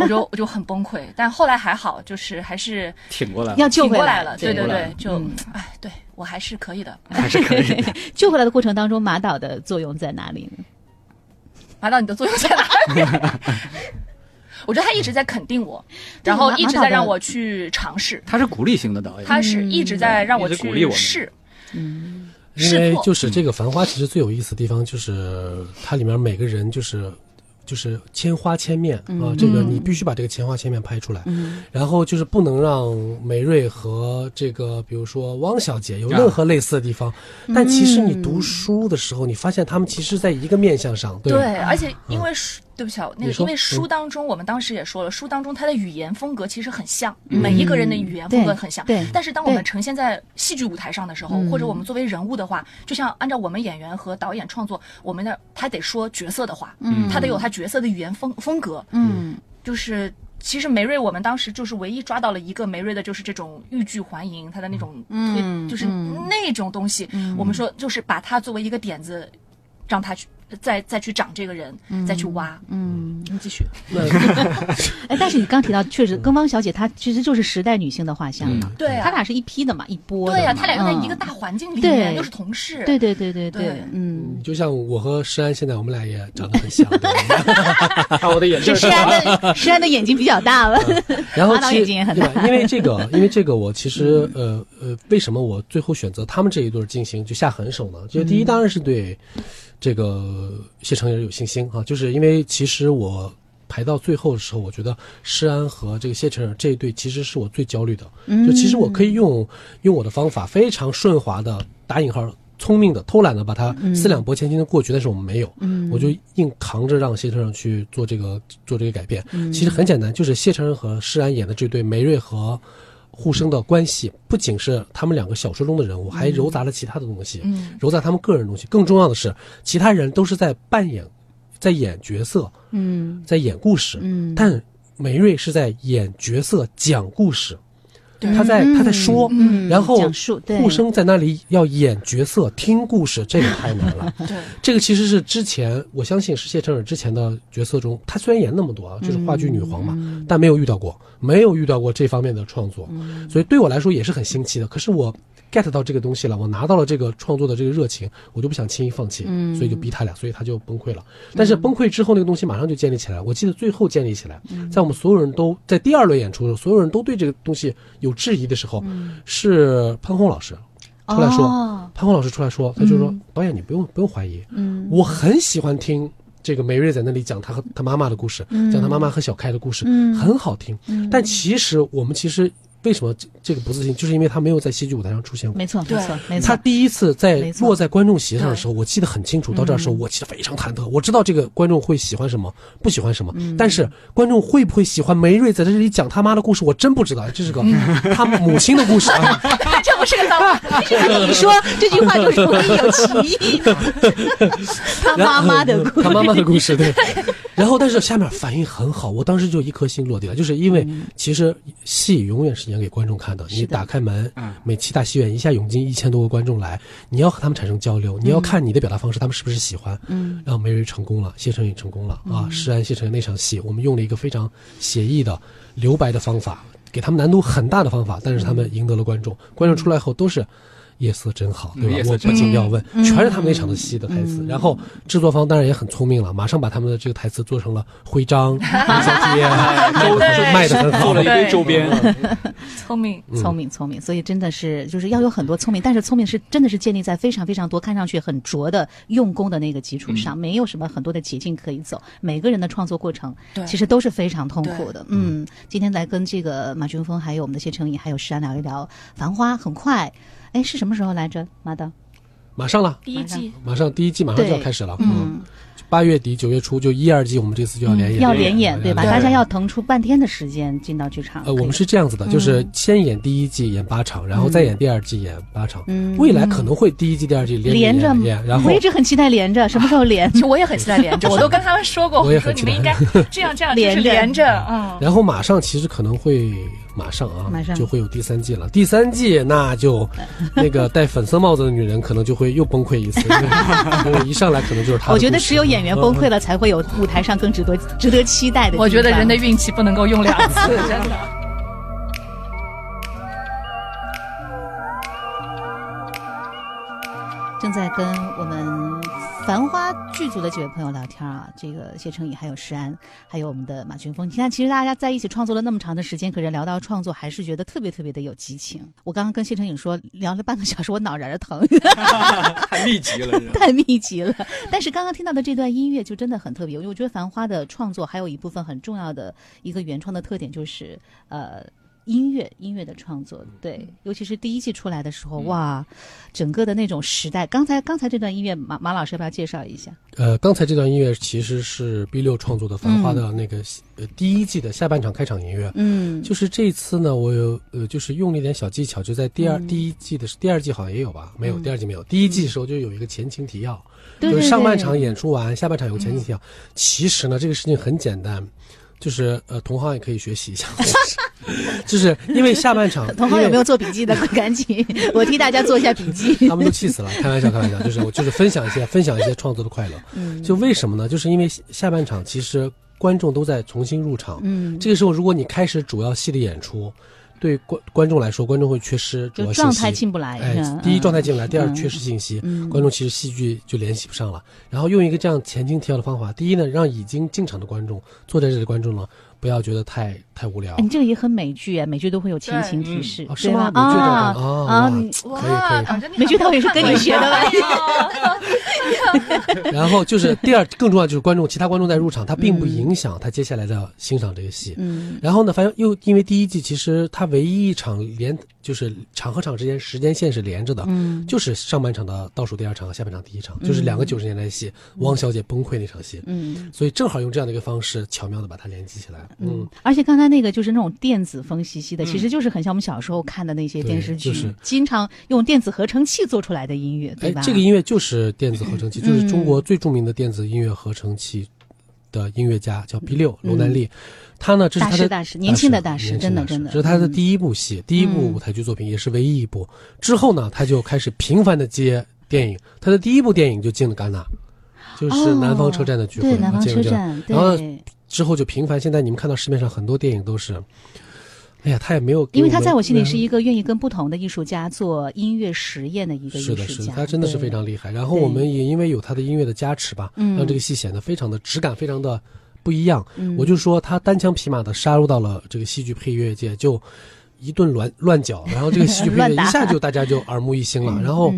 Speaker 4: 我就我就很崩溃。但后来还好，就是还是
Speaker 5: 挺过来了，
Speaker 2: 要救
Speaker 4: 挺
Speaker 2: 回
Speaker 4: 过
Speaker 2: 来
Speaker 4: 来了，对
Speaker 5: 挺
Speaker 4: 对
Speaker 5: 过来
Speaker 4: 对
Speaker 5: 了，
Speaker 4: 就
Speaker 2: 嗯
Speaker 4: 哎，对我还是可以的。
Speaker 5: 还是可以 的。
Speaker 2: 救回来的过程当中，马导的作用在哪里呢？
Speaker 4: 马导，你的作用在哪里？我觉得他一直在肯定我，然后
Speaker 2: 马
Speaker 4: 一直
Speaker 2: 马导
Speaker 4: 在
Speaker 2: 的
Speaker 4: 让我去尝试，
Speaker 5: 他是鼓励型的导演，
Speaker 4: 他是一直在让我
Speaker 5: 一直鼓励我
Speaker 4: 去
Speaker 5: 们
Speaker 4: 试。
Speaker 3: 因
Speaker 4: 识
Speaker 3: 为
Speaker 4: 破
Speaker 3: 就是这个《繁花》，其实最有意思的地方就是它里面每个人就是就是千花千面啊，这个你必须把这个千花千面拍出来，然后就是不能让梅瑞和这个比如说汪小姐有任何类似的地方。但其实你读书的时候，你发现他们其实在一个面相上，对吧嗯
Speaker 4: 对，而且因为书，对不起啊，那
Speaker 3: 你
Speaker 4: 个
Speaker 3: 说
Speaker 4: 因为书
Speaker 3: 嗯
Speaker 4: 当中，我们当时也说了，书当中它的语言风格其实很像，
Speaker 3: 嗯
Speaker 4: 每 一个人的语言风格很像。
Speaker 2: 对对
Speaker 4: 但是当我们
Speaker 2: 对嗯
Speaker 4: 呈现在戏剧舞台上的时候，或者我们作为人物的话，就像按照我们演员和导演创作，我们的他得说角色的话，嗯，他得有他角色的语言风风格，
Speaker 2: 嗯，
Speaker 4: 就是。其实梅瑞，我们当时就是唯一抓到了一个梅瑞的，就是这种欲拒还迎，他的那种推，
Speaker 2: 嗯
Speaker 4: 就是那种东西。我们说，就是把它作为一个点子，让他去再再去长这个人，再去挖。嗯，你继续。
Speaker 2: 哎，但是你刚提到，确实 跟汪小姐她其实就是时代女性的画像嘛，
Speaker 4: 对啊
Speaker 2: 她俩是一批的嘛，一波的
Speaker 4: 对呀、啊
Speaker 2: 嘛
Speaker 4: 他俩又在一个
Speaker 2: 嗯
Speaker 4: 大环境里
Speaker 2: 对
Speaker 4: 面，又是同事。
Speaker 2: 对对对对对
Speaker 4: 对，
Speaker 2: 嗯，
Speaker 3: 就像我和诗安现在，我们俩也长得很像。对吧
Speaker 5: 看我的眼
Speaker 2: 这诗安的诗安的眼睛比较大了，
Speaker 3: 然后
Speaker 2: 马导
Speaker 3: 其
Speaker 2: 眼睛也很嗯
Speaker 3: 对吧？因为这个，因为这个，我其实呃呃，为什么我最后选择他们这一对儿进行就下狠手呢？就
Speaker 2: 嗯
Speaker 3: 第一，当然是对这个谢承颖有信心啊，就是因为其实我排到最后的时候，我觉得施安和这个谢承颖这一对其实是我最焦虑的。嗯
Speaker 2: 嗯
Speaker 3: 就其实我可以用用我的方法非常顺滑的打引号。聪明的、偷懒的把它
Speaker 2: 嗯
Speaker 3: 四两拨千斤的过去，但是我们没有，我就硬扛着让谢承颖去做这个做这个改变。
Speaker 2: 嗯
Speaker 3: 其实很简单，就是谢承颖和施安演的这对梅瑞和互生的关系，不仅是他们两个小说中的人物，
Speaker 2: 嗯
Speaker 3: 还糅杂了其他的东西，
Speaker 4: 嗯
Speaker 3: 糅杂他们个人的东西。更重要的是，其他人都是在扮演，在演角色，
Speaker 2: 嗯
Speaker 3: 在演故事，
Speaker 2: 嗯，
Speaker 3: 但梅瑞是在演角色、讲故事。
Speaker 4: 对
Speaker 3: 他在他在说，
Speaker 2: 嗯
Speaker 3: 然后
Speaker 2: 讲述对
Speaker 3: 护生在那里要演角色、听故事，这个太难了。
Speaker 4: 对
Speaker 3: 这个其实是之前我相信是谢承尔之前的角色中，她虽然演那么多啊，
Speaker 2: 嗯
Speaker 3: 就是话剧女皇嘛，
Speaker 2: 嗯
Speaker 3: 但没有遇到过，没有遇到过这方面的创作，所以对我来说也是很新奇的。可是我 get 到这个东西了，我拿到了这个创作的这个热情，我就不想轻易放弃，
Speaker 2: 嗯
Speaker 3: 所以就逼他俩，所以他就崩溃了。但是崩溃之后，那个东西马上就建立起来。我记得最后建立起来，
Speaker 2: 嗯
Speaker 3: 在我们所有人都在第二轮演出的时候，所有人都对这个东西有质疑的时候，是潘虹老师出来说，
Speaker 2: 嗯哦
Speaker 3: 潘虹老师出来说，他就说、导演你不用不用怀疑，
Speaker 2: 嗯
Speaker 3: 我很喜欢听这个梅瑞在那里讲她和她妈妈的故事，讲她妈妈和小开的故事，
Speaker 2: 嗯
Speaker 3: 很好听。但其实我们其实为什么这这个不自信，就是因为她没有在戏剧舞台上出现过。
Speaker 2: 没错，没
Speaker 4: 对
Speaker 2: 错，没
Speaker 3: 她
Speaker 2: 错。
Speaker 3: 第一次在
Speaker 2: 没错嗯
Speaker 3: 落在观众席上的时候，我记得很清楚。到这儿的时候，我其实非常忐忑，我知道这个观众会喜欢什么，不喜欢什么。
Speaker 2: 嗯
Speaker 3: 但是观众会不会喜欢梅瑞在这里讲他妈的故事，我真不知道。这 是个他母亲的故事啊。
Speaker 2: 这不是个 脏话，你说这句话就是我有歧 义。他妈妈的故
Speaker 3: 他
Speaker 2: 事，
Speaker 3: 妈妈的故 事，对。然后，但是下面反应很好，我当时就一颗心落地了，就是因为
Speaker 2: 嗯
Speaker 3: 其实戏永远是演给观众看的。你打开门
Speaker 5: 嗯，
Speaker 3: 每期大戏院一下涌进一千多个观众来，你要和他们产生交流，你要看你的表达方式，他们是不是喜欢。
Speaker 2: 嗯，
Speaker 3: 然后梅瑞成功了，谢承颖成功了啊！施安、谢承颖那场戏，我们用了一个非常写意的留白的方法，给他们难度很大的方法，但是他们赢得了观众。
Speaker 2: 嗯
Speaker 3: 观众出来后都是。夜色真好，对吧？
Speaker 5: 夜色
Speaker 3: 我
Speaker 5: 真
Speaker 3: 不
Speaker 5: 好
Speaker 3: 禁要问，
Speaker 2: 嗯
Speaker 3: 全是他们那场的戏的台词。然后制作方当然也很聪明了，马上把他们的这个台词做成了徽章、 明信片，
Speaker 5: 周
Speaker 4: 对
Speaker 3: 卖的很好
Speaker 5: 做了一堆 周边，
Speaker 4: 聪明，
Speaker 3: 嗯
Speaker 2: 聪明聪明，所以真的是就是要有很多聪明，但是聪明是真的是建立在非常非常多看上去很拙的用功的那个基础上，
Speaker 3: 嗯
Speaker 2: 没有什么很多的捷径可以走。每个人的创作过程
Speaker 4: 对
Speaker 2: 其实都是非常痛苦的。嗯，今天来跟这个马俊峰，还有我们的谢承颖，还有石安聊一聊《繁花》，很快。哎，是什么时候来着？马导，
Speaker 3: 马上了。
Speaker 4: 第一季
Speaker 3: 马上第一季马上就要
Speaker 2: 对
Speaker 3: 开始了，嗯，八月底九月初就一二季，我们这次就要连演，
Speaker 2: 嗯要连演对吧？
Speaker 3: 对
Speaker 2: 大家要腾出半天的时间进到剧场。
Speaker 3: 呃，我们是这样子的，就是
Speaker 2: 嗯
Speaker 3: 先演第一季演八场，然后再演第二季演八场。
Speaker 2: 嗯
Speaker 3: 未来可能会第一季、第二季连
Speaker 2: 连着
Speaker 3: 演演，然后
Speaker 2: 我一直很期待连着，什么时候 连？
Speaker 4: 其实我也很期待连着，我都跟他们说过，
Speaker 3: 我也
Speaker 4: 说
Speaker 3: 很
Speaker 4: 你
Speaker 3: 期
Speaker 4: 们
Speaker 3: 待
Speaker 4: 应该 这样这样，就是
Speaker 2: 连着
Speaker 4: 连着，嗯，
Speaker 3: 然后马上其实可能会马上啊，
Speaker 2: 马上
Speaker 3: 就会有第三季了。第三季那就那个戴粉色帽子的女人可能就会又崩溃一 次，因为因为一上来可能就是她的故事。
Speaker 2: 我觉得只有演员崩溃
Speaker 3: 嗯。
Speaker 2: 了，才会有舞台上更值得值得期待的地方。
Speaker 4: 我觉得人的运气不能够用两次，真的。
Speaker 2: 正在跟我们繁花剧组的几位朋友聊天啊，这个谢承颖、还有石安，还有我们的马群峰。你看，其实大家在一起创作了那么长的时间，可是聊到创作，还是觉得特别特别的有激情。我刚刚跟谢承颖说，聊了半个小时，我脑仁儿疼。
Speaker 5: 太密集了。这
Speaker 2: 太密集了。但是刚刚听到的这段音乐就真的很特别，因为我觉得《繁花》的创作还有一部分很重要的一个原创的特点就是呃。音乐音乐的创作，对，尤其是第一季出来的时候，哇，整个的那种时代。刚才刚才这段音乐，马马老师要不要介绍一下？
Speaker 3: 呃，刚才这段音乐其实是 B 六创作的《繁花》的那个、呃第一季的下半场开场音乐。
Speaker 2: 嗯，
Speaker 3: 就是这次呢，我有呃，就是用了一点小技巧，就在第
Speaker 2: 嗯
Speaker 3: 二、第一季的时第二季好像也有吧？没有，第二季没有。第一季的时候就有一个前情提要，
Speaker 2: 对
Speaker 3: 就
Speaker 2: 对
Speaker 3: 是上半
Speaker 2: 对嗯
Speaker 3: 场演出完，下半场有个前情提要。其实呢，这个事情很简单，就是呃，同行也可以 学习一下，就是因为下半场
Speaker 2: 同行有没
Speaker 3: 因
Speaker 2: 有
Speaker 3: 为
Speaker 2: 做笔记的？赶紧， 我替大家做一下笔记
Speaker 3: 他。们都气死了，开玩笑，开玩笑，就是我就是分享一些分享一些创作的快乐。
Speaker 2: 嗯
Speaker 3: 就为什么呢？就是因为下半场其实观众都在重新入场，
Speaker 2: 嗯，
Speaker 3: 这个时候，如果你开始主要戏的演出，对观观众来说，观众会缺失主
Speaker 2: 就
Speaker 3: 要信
Speaker 2: 状
Speaker 3: 息。
Speaker 2: 态进不来。
Speaker 3: 哎
Speaker 2: 是吧，
Speaker 3: 第一状态
Speaker 2: 嗯
Speaker 3: 进不来，第二
Speaker 2: 嗯
Speaker 3: 缺失信息，
Speaker 2: 嗯
Speaker 3: 观众其实戏剧就联系不上了。然后用一个这样前情提要的方法，第一呢，让已经进场的观众坐在这里的观众呢，不要觉得太太无聊
Speaker 2: 哎，。你这个也很美剧啊，美剧都会有前情提
Speaker 5: 对
Speaker 2: 示，
Speaker 3: 哦，是
Speaker 2: 对
Speaker 3: 吗
Speaker 2: 吧？？
Speaker 3: 美剧
Speaker 2: 啊
Speaker 3: 导演哦
Speaker 2: 啊
Speaker 3: 哇
Speaker 2: 你
Speaker 3: 可以可以
Speaker 4: 感觉你
Speaker 2: 美剧导演是跟你学的吧
Speaker 4: 哎呦
Speaker 3: 然 后就是第二，更重要就是观众，其他观众在入场，他并不影响他接下来的欣赏这个戏。
Speaker 2: 嗯
Speaker 3: 然后呢，反正又因为第一季其实它唯一一场连就是场和场之间时间线是连着的，
Speaker 2: 嗯
Speaker 3: 就是上半场的倒数第二场和下半场第一场，就是
Speaker 2: 嗯
Speaker 3: 两个九十年代戏，汪小姐崩溃那场戏，
Speaker 2: 嗯。
Speaker 3: 所以正好用这样的一个方式巧妙的把它联系起来，嗯
Speaker 2: 嗯。，而且刚才那个就是那种电子风兮兮的，其实就是很像我们小时候看的那些
Speaker 3: 对
Speaker 2: 电视剧，
Speaker 3: 就是
Speaker 2: 经常用电子合成器做出来的音乐，对
Speaker 3: 哎
Speaker 2: 吧？，嗯
Speaker 3: 这个音乐就是电子合 成器，就是中国最著名的电子音乐合成器的音乐家叫 B 六
Speaker 2: 嗯
Speaker 3: 罗南利，他呢这是
Speaker 2: 大
Speaker 3: 他
Speaker 2: 师
Speaker 3: 的
Speaker 2: 大师，年轻的大
Speaker 3: 师，
Speaker 2: 师，
Speaker 3: 年轻
Speaker 2: 真的
Speaker 3: 大师
Speaker 2: 真的，
Speaker 3: 这是他的
Speaker 2: 嗯
Speaker 3: 第一部戏，第一部舞台剧作品，也是唯一一部。之后呢，他就开始频繁的接电影，他的第一部电影就进了戛纳，就是《南方车站的聚会》
Speaker 2: 哦
Speaker 3: 啊
Speaker 2: 对南方
Speaker 3: 进了
Speaker 2: 车
Speaker 3: 这样
Speaker 2: 站，
Speaker 3: 然后
Speaker 2: 对，
Speaker 3: 之后就频繁，现在你们看到市面上很多电影都是。哎呀，他也没有给
Speaker 2: 因
Speaker 3: 们，
Speaker 2: 为他在我心里是一
Speaker 3: 嗯
Speaker 2: 个愿意跟不同的艺术家做音乐实验的一个艺
Speaker 3: 是
Speaker 2: 术
Speaker 3: 的，
Speaker 2: 家，
Speaker 3: 是的，他真的是
Speaker 2: 对
Speaker 3: 非常厉害。然后我们也因为有他的音乐的加持吧，
Speaker 2: 嗯
Speaker 3: 让这个戏显得非常的质感非常的不一样。我就说他单枪匹马的杀入到了这个戏剧配乐界，就一顿乱乱搅，然后这个戏剧 配
Speaker 2: 乱
Speaker 3: 乐
Speaker 2: 打嗯
Speaker 3: 一下就大家就啊耳目一新了。然后，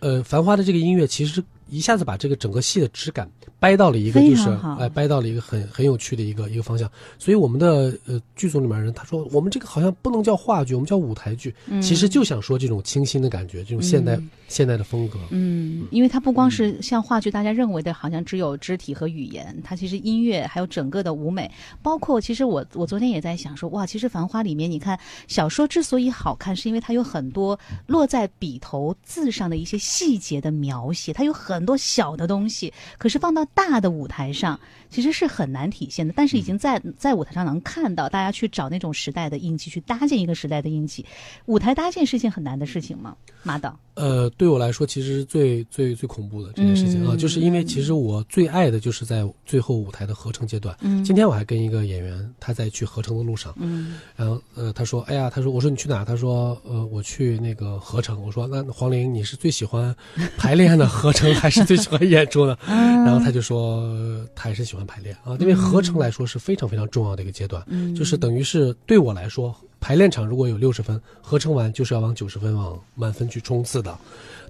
Speaker 3: 呃，《繁花》的这个音乐其实一下子把这个整个戏的质感掰到了一个
Speaker 2: 非
Speaker 3: 就是
Speaker 2: 常好
Speaker 3: 哎掰到了一个很很有趣的一个一个方向。所以我们的呃剧组里面人他说我们这个好像不能叫话剧，我们叫舞台剧，其
Speaker 2: 嗯
Speaker 3: 实就想说这种清新的感觉，这种现代、现代的风格。
Speaker 2: 嗯，因为它不光是像话剧，大家认为的好像只有肢体和语言，它其实音乐还有整个的舞美，包括其实我我昨天也在想说，哇，其实《繁花》里面，你看小说之所以好看，是因为它有很多落在笔头字上的一些细节的描写，它有很多小的东西，可是放到大的舞台上，其实是很难体现的。但是已经在在舞台上能看到，大家去找那种时代的印记，去搭建一个时代的印记，舞台搭建是一件很难的事情吗？马导，
Speaker 3: 呃，对我来说，其实是最最最恐怖的这件事情啊，
Speaker 2: 嗯
Speaker 3: 就是因为其实我最爱的就是在最后舞台的合成阶段。
Speaker 2: 嗯
Speaker 3: 今天我还跟一个演员，他在去合成的路上，
Speaker 2: 嗯
Speaker 3: 然后呃，他说，哎呀，他说，我说你去哪？他说，呃，我去那个合成。我说，那黄龄你是最喜欢排练呢，合成，还是最喜欢演出呢？然后他就说，呃他还是喜欢排练啊，因为合成来说是非常非常重要的一个阶段，就是等于是对我来说，排练场如果有六十分，合成完就是要往九十分往满分去冲刺的。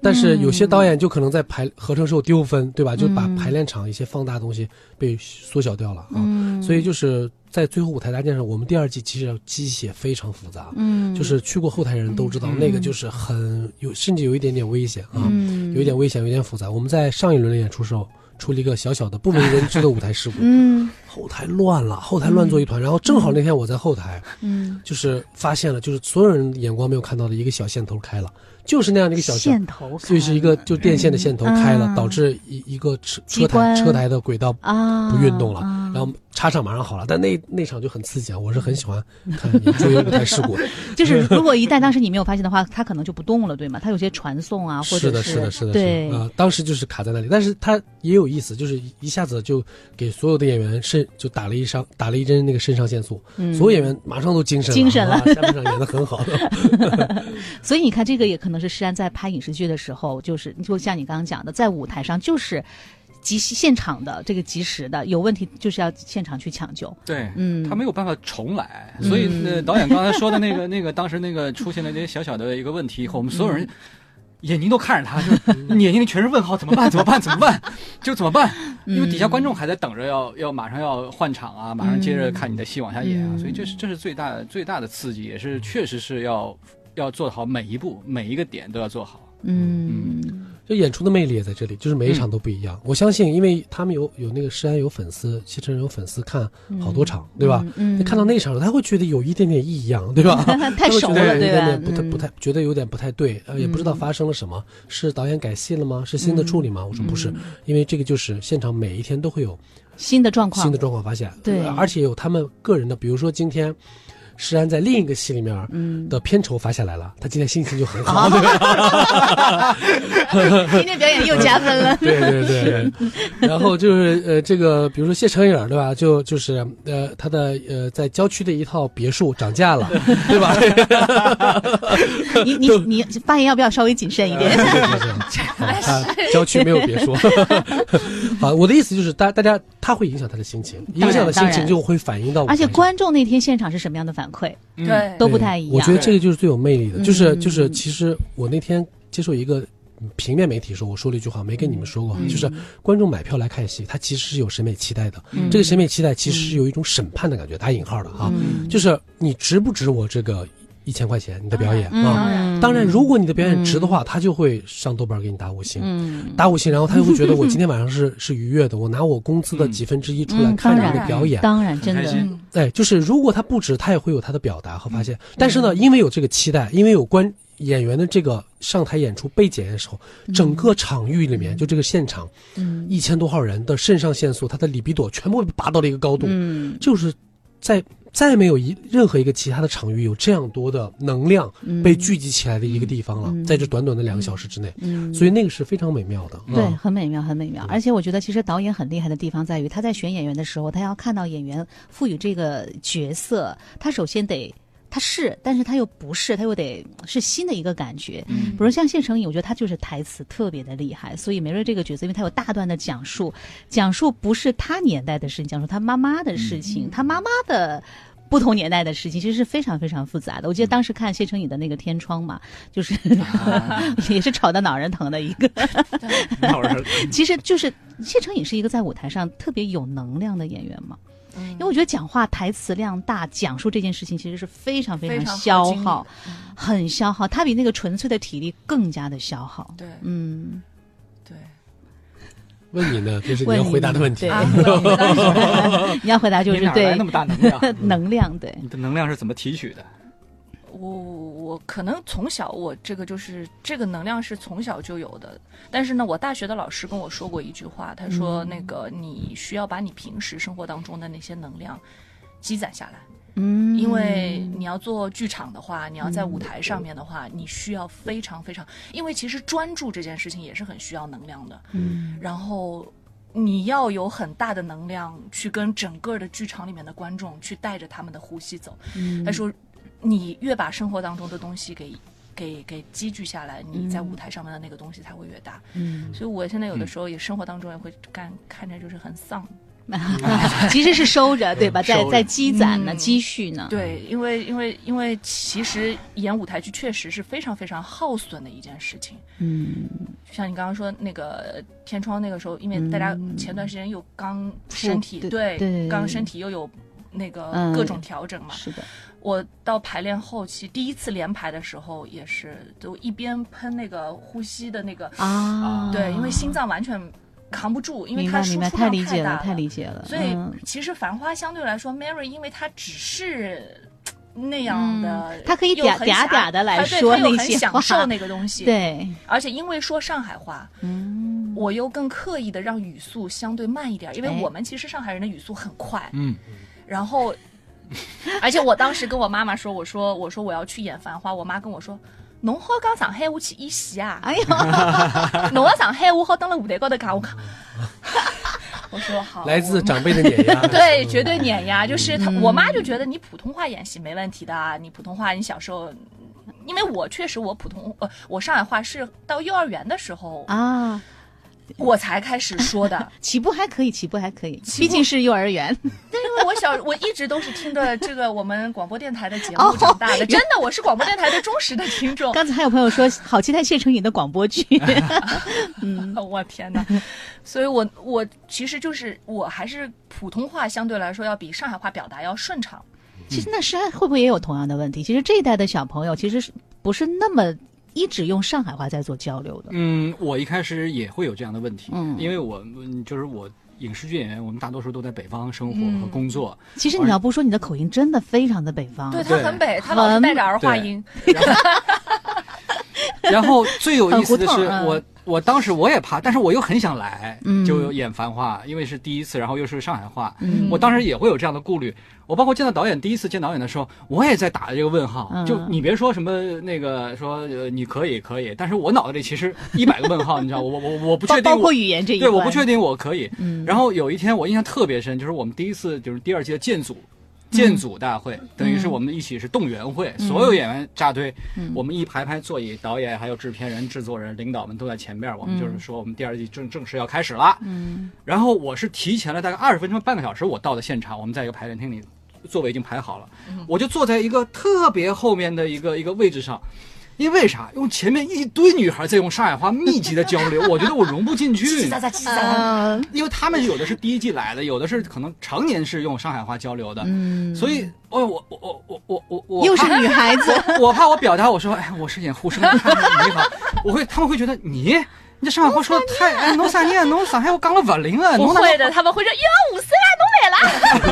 Speaker 3: 但是有些导演就可能在排合成时候丢分，对吧？就把排练场一些放大的东西被缩小掉了啊。
Speaker 2: 嗯
Speaker 3: 所以就是在最后舞台搭建上，我们第二季其实要机械非常复杂，
Speaker 2: 嗯
Speaker 3: 就是去过后台人都知道，那个就是很有，甚至有一点点危险啊，
Speaker 2: 嗯
Speaker 3: 有一点危险，有一点复杂。我们在上一轮的演出时候。出了一个小小的不为人知的舞台事故，
Speaker 2: 嗯
Speaker 3: 后台乱了，后台乱作一团。然后正好那天我在后台，
Speaker 2: 嗯，
Speaker 3: 就是发现了，就是所有人眼光没有看到的一个小线头开了，就是那样的一个小线，
Speaker 2: 线头开了，
Speaker 3: 就是一个就电线的线头开了，
Speaker 2: 嗯
Speaker 3: 导致一一个车
Speaker 2: 机
Speaker 3: 车
Speaker 2: 关
Speaker 3: 台车台的轨道
Speaker 2: 啊
Speaker 3: 不运动了，
Speaker 2: 啊
Speaker 3: 然后插上马上好了。但那那场就很刺激啊，我是很喜欢看演出有舞台事故的。
Speaker 2: 就是如果一旦当时你没有发现的话，它可能就不动了，对吗？它有些传送 啊，或者
Speaker 3: 是的，是的，是的，
Speaker 2: 对
Speaker 3: 是的。啊、当时就是卡在那里，但是他也有意思，就是一下子就给所有的演员肾就打了一伤，打了一针那个肾上腺素，
Speaker 2: 嗯
Speaker 3: 所有演员马上都精神了，
Speaker 2: 精神了
Speaker 3: 啊、下半场演的很好 的。
Speaker 2: 所以你看，这个也可能是施安在拍影视剧的时候，就是就像你刚刚讲的，在舞台上就是及时现场的这个及时的，有问题就是要现场去抢救。
Speaker 5: 对，
Speaker 2: 嗯
Speaker 5: 他没有办法重来，所以呃，导演刚才说的那个 那个，当时那个出现了一些小小的一个问题以后，我们所
Speaker 2: 嗯
Speaker 5: 有人眼睛都看着他，就是 眼睛里全是问号，怎么办？怎么办？怎么办？ 就怎么办？
Speaker 2: 嗯
Speaker 5: 因为底下观众还在等着要要马上要换场啊，马上接着看你的戏往下演
Speaker 2: 嗯
Speaker 5: 啊，所以这是这是最大最大的刺激，也是确实是要要做好每一步每一个点都要做好。
Speaker 2: 嗯
Speaker 3: 就演出的魅力也在这里，就是每一场都不一样。我相信，因为他们有有那个施安有粉丝，西城有粉丝看好多场，对吧？
Speaker 2: 嗯
Speaker 3: 他看到那场，他会觉得有一点点异样，对吧？
Speaker 2: 太熟
Speaker 3: 他
Speaker 2: 了，
Speaker 3: 会觉得有一
Speaker 2: 对
Speaker 3: 点
Speaker 2: 吧嗯
Speaker 3: 点？不太不太觉得有点不太对，呃，也不知道发生了什么，是导演改戏了吗？是新的处理吗？我说不是，因为这个就是现场每一天都会有
Speaker 2: 嗯新的嗯状况
Speaker 3: 新的，状况发现，
Speaker 2: 对
Speaker 3: 呃而且有他们个人的，比如说今天。施安在另一个戏里面
Speaker 2: 嗯
Speaker 3: 的片酬发下来了，他今天心情就很好，
Speaker 2: 哦
Speaker 3: 对吧？。
Speaker 2: 今天表演又加分了
Speaker 3: 对对对，然后就是呃，这个比如说谢成影儿对吧？就就是呃，他的呃，在郊区的一套别墅涨价了，对吧？
Speaker 2: 你你你发言要不要稍微谨慎一点？
Speaker 3: 呃 啊， 郊区没有别墅。好，我的意思就是，大大家他会影响他的心情，
Speaker 2: 当然
Speaker 3: 影响的心
Speaker 2: 当然
Speaker 3: 情就会反映到舞台
Speaker 2: 而且
Speaker 3: 上，
Speaker 2: 观众那天现场是什么样的反馈
Speaker 5: 嗯
Speaker 4: 对
Speaker 2: 都不太一样。嗯
Speaker 3: 我觉得这个就是最有魅力的，就是就是，其实我那天接受一个。平面媒体的时候，我说了一句话，没跟你们说过，
Speaker 2: 嗯
Speaker 3: 就是观众买票来看戏，他其实是有审美期待的。
Speaker 2: 嗯
Speaker 3: 这个审美期待其实是有一种审判的感觉，打引号的啊，就是你值不值我这个一千块钱你的表演啊？
Speaker 2: 嗯
Speaker 3: 当然，如果你的表演值的话，他就会上豆瓣给你打五星。
Speaker 2: 嗯
Speaker 3: 打五星，然后他就会觉得我今天晚上是是愉悦的，我拿我工资的几分之一出来
Speaker 2: 嗯
Speaker 3: 看
Speaker 2: 当
Speaker 3: 你的
Speaker 2: 然
Speaker 3: 表演。
Speaker 2: 当然真
Speaker 5: 开
Speaker 2: 的
Speaker 5: 心
Speaker 3: 哎，就是如果他不值，他也会有他的表达和发
Speaker 2: 嗯
Speaker 3: 现。但是呢，因为有这个期待，因为有关演员的这个上台演出被检验的时候，整
Speaker 2: 嗯
Speaker 3: 个场域里面就这个现场，一千多号人的肾上腺素，他的里比朵全部被拔到了一个高度，
Speaker 2: 嗯
Speaker 3: 就是在。再没有一任何一个其他的场域有这样多的能量
Speaker 2: 嗯
Speaker 3: 被聚集起来的一个地方了，在这短短的两个小时之内，所以那个是非常美妙的。
Speaker 2: 嗯对，
Speaker 3: 嗯
Speaker 2: 很美妙，很美妙。而且我觉得，其实导演很厉害的地方在于，他在选演员的时候，他要看到演员赋予这个角色，他首先得。它是，但是它又不是，它又得是新的一个感觉。嗯，比如像谢成颖，我觉得他就是台词特别的厉害，所以梅瑞这个角色，因为他有大段的讲述，讲述不是他年代的事情，讲述他妈妈的事
Speaker 4: 嗯
Speaker 2: 情，他妈妈的。不同年代的事情其实是非常非常复杂的。我记
Speaker 4: 嗯
Speaker 2: 得当时看谢成颖的那个《天窗》嘛，就是
Speaker 4: 啊
Speaker 2: 也是吵得脑仁疼的一 个。
Speaker 5: 老人
Speaker 2: 其实就是谢成颖是一个在舞台上特别有能量的演员嘛，
Speaker 4: 嗯
Speaker 2: 因为我觉得讲话台词量大，讲述这件事情其实是非常非
Speaker 4: 非
Speaker 2: 常
Speaker 4: 常
Speaker 2: 消
Speaker 4: 耗精力
Speaker 2: 耗，很消耗。他比那个纯粹的体力更加的消耗。
Speaker 4: 对
Speaker 2: 嗯，
Speaker 4: 对。
Speaker 3: 问 你呢，这是你要回答的问题。
Speaker 2: 问
Speaker 4: 啊，我当时
Speaker 2: 你要回答 就
Speaker 5: 你
Speaker 2: 是
Speaker 5: 哪儿来
Speaker 2: 对
Speaker 5: 那么大能量？
Speaker 2: 能量，对，
Speaker 5: 你的能量是怎么提取的？
Speaker 4: 我我可能从小我这个就是这个能量是从小就有的，但是呢，我大学的老师跟我说过一句话，他
Speaker 2: 嗯
Speaker 4: 说那个你需要把你平时生活当中的那些能量积攒下来，
Speaker 2: 嗯，
Speaker 4: 因为你要做剧场的话，你要在舞台上面的话，你需要非常非常，因为其实专注这件事情也是很需要能量的，
Speaker 2: 嗯
Speaker 4: 然后你要有很大的能量去跟整个的剧场里面的观众去带着他们的呼吸走。
Speaker 2: 嗯
Speaker 4: 他说，你越把生活当中的东西给给给积聚下来，你在舞台上面的那个东西才会越大。
Speaker 2: 嗯，
Speaker 4: 所以我现在有的时候也生活当中也会干看着就是很丧。
Speaker 2: 嗯 其实是收着对吧？在
Speaker 5: 收着
Speaker 2: 在积攒呢，
Speaker 4: 嗯
Speaker 2: 积蓄呢。
Speaker 4: 对，因为因为因为其实演舞台剧确实是非常非常耗损的一件事情。
Speaker 2: 嗯，
Speaker 4: 就像你刚刚说那个天窗那个时候，因为大家前段时间又刚身体、
Speaker 2: 对
Speaker 4: 对
Speaker 2: 对
Speaker 4: 刚身体又有那个
Speaker 2: 嗯
Speaker 4: 各种调整嘛。
Speaker 2: 是的，
Speaker 4: 我到排练后期第一次连排的时候，也是都一边喷那个呼吸的那个，
Speaker 2: 啊，
Speaker 4: 对，因为心脏完全扛不住，因为
Speaker 2: 明
Speaker 4: 它
Speaker 2: 白
Speaker 4: 输
Speaker 2: 明
Speaker 4: 出
Speaker 2: 白，
Speaker 4: 量
Speaker 2: 太理
Speaker 4: 大
Speaker 2: 解
Speaker 4: 了，
Speaker 2: 太理解了。
Speaker 4: 所以
Speaker 2: 嗯
Speaker 4: 其实《繁花》相对来说，Mary 因为她只是那样的
Speaker 2: 嗯，她可以
Speaker 4: 又
Speaker 2: 嗲嗲
Speaker 4: 很狭
Speaker 2: 嗲地来
Speaker 4: 她对
Speaker 2: 说
Speaker 4: 她又
Speaker 2: 那
Speaker 4: 很
Speaker 2: 些话
Speaker 4: 享受那 个东西。，
Speaker 2: 对，
Speaker 4: 而且因为说上海话，
Speaker 2: 嗯，
Speaker 4: 我又更刻意的让语速相对慢一点，因为
Speaker 2: 哎
Speaker 4: 我们其实上海人的语速很快，
Speaker 5: 嗯，
Speaker 4: 然后，而且我当时跟我妈妈说，我说我说我要去演《繁花》，我妈跟我说。侬好讲上海话去演戏啊？
Speaker 2: 哎 呦，
Speaker 4: 侬的上海话好登了舞台高头讲，我讲， 我说好，
Speaker 3: 来自
Speaker 4: 我
Speaker 3: 长辈嗯的碾 压。
Speaker 4: 对，绝对碾压。就是他，我妈就觉得你普通话演戏没问题的啊，你普通话你小时候，因为我确实我普通呃，我上海话是到幼儿园的时候
Speaker 2: 啊，
Speaker 4: 我才开始说 的，
Speaker 2: 起步还可以，起步还可以，
Speaker 4: 起
Speaker 2: 毕
Speaker 4: 步
Speaker 2: 竟是幼儿园。
Speaker 4: 但因为我小我一直都是听着这个我们广播电台的节
Speaker 2: 哦
Speaker 4: 目长 大的，真的我是广播电台的忠实的听众。
Speaker 2: 刚才还有朋友说，好期待谢成颖的广 播剧。
Speaker 4: 呃我天哪！所以我我其实就是我还是普通话相对来说要比上海话表达要顺畅。
Speaker 2: 其实那山会不会也有同样的问题？其实这一代的小朋友其实是不是那么一直用上海话在做交流的？
Speaker 5: 嗯，我一开始也会有这样的问题，
Speaker 2: 嗯
Speaker 5: 因为我嗯就是我影视剧演员，我们大多数都在北方生活
Speaker 4: 嗯
Speaker 5: 和工作，
Speaker 2: 其实你要不说，你的口音真的非常的北方。
Speaker 4: 对他
Speaker 5: 对
Speaker 4: 很北，他老是带着儿化
Speaker 5: 对
Speaker 4: 音。
Speaker 5: 然后最有意思的
Speaker 2: 很胡
Speaker 5: 是
Speaker 2: 同嗯
Speaker 5: 我。我当时我也怕，但是我又很想来
Speaker 2: 嗯，
Speaker 5: 就演《繁花》因为是第一次，然后又是上海话，
Speaker 2: 嗯
Speaker 5: 我当时也会有这样的顾虑。我包括见到导演第一次见导演的时候，我也在打这个问号。
Speaker 2: 嗯
Speaker 5: 就你别说什么那个说呃你可以可以，但是我脑子里其实一百个问号，你知道，我我我我不
Speaker 2: 包
Speaker 5: 确定
Speaker 2: 包
Speaker 5: 我
Speaker 2: 括语言这一
Speaker 5: 对，
Speaker 2: 关。
Speaker 5: 我不确定我可以。
Speaker 2: 嗯
Speaker 5: 然后有一天我印象特别深，就是我们第一次就是第二届的建组。
Speaker 2: 嗯
Speaker 5: 建组大会、等于是我们一起是动员会，所有演员扎堆，
Speaker 2: 嗯
Speaker 5: 我们一排排座椅，导演还有制片人、制作人、领导们都在前面，我们就是说我们第二季正正式要开始了。
Speaker 2: 嗯
Speaker 5: 然后我是提前了大概二十分钟、半个小时，我到的现场，我们在一个排练厅里，座位已经排好了，
Speaker 2: 嗯
Speaker 5: 我就坐在一个特别后面的一个一个位置上。因为啥？用前面一堆女孩在用上海话密集的交流，我觉得我融不 进去。
Speaker 4: 叽叽喳喳，叽叽喳喳。
Speaker 2: 啊
Speaker 5: 因为他们有的是第一季来的，有的是可能常年是用上海话交流的，
Speaker 2: 嗯，
Speaker 5: 所以，哦，我我我我我我 我
Speaker 2: 又是
Speaker 5: 怕
Speaker 2: 女孩 子。
Speaker 5: 我怕我表达，我说，哎，我是演护士的，你好，我会，他们会觉得你，你这上海话说的太，哎，侬啥人，侬上海话讲了勿灵啊，
Speaker 4: 不
Speaker 5: 侬哪
Speaker 4: 会的，他们会说哟，五十啊，侬来了。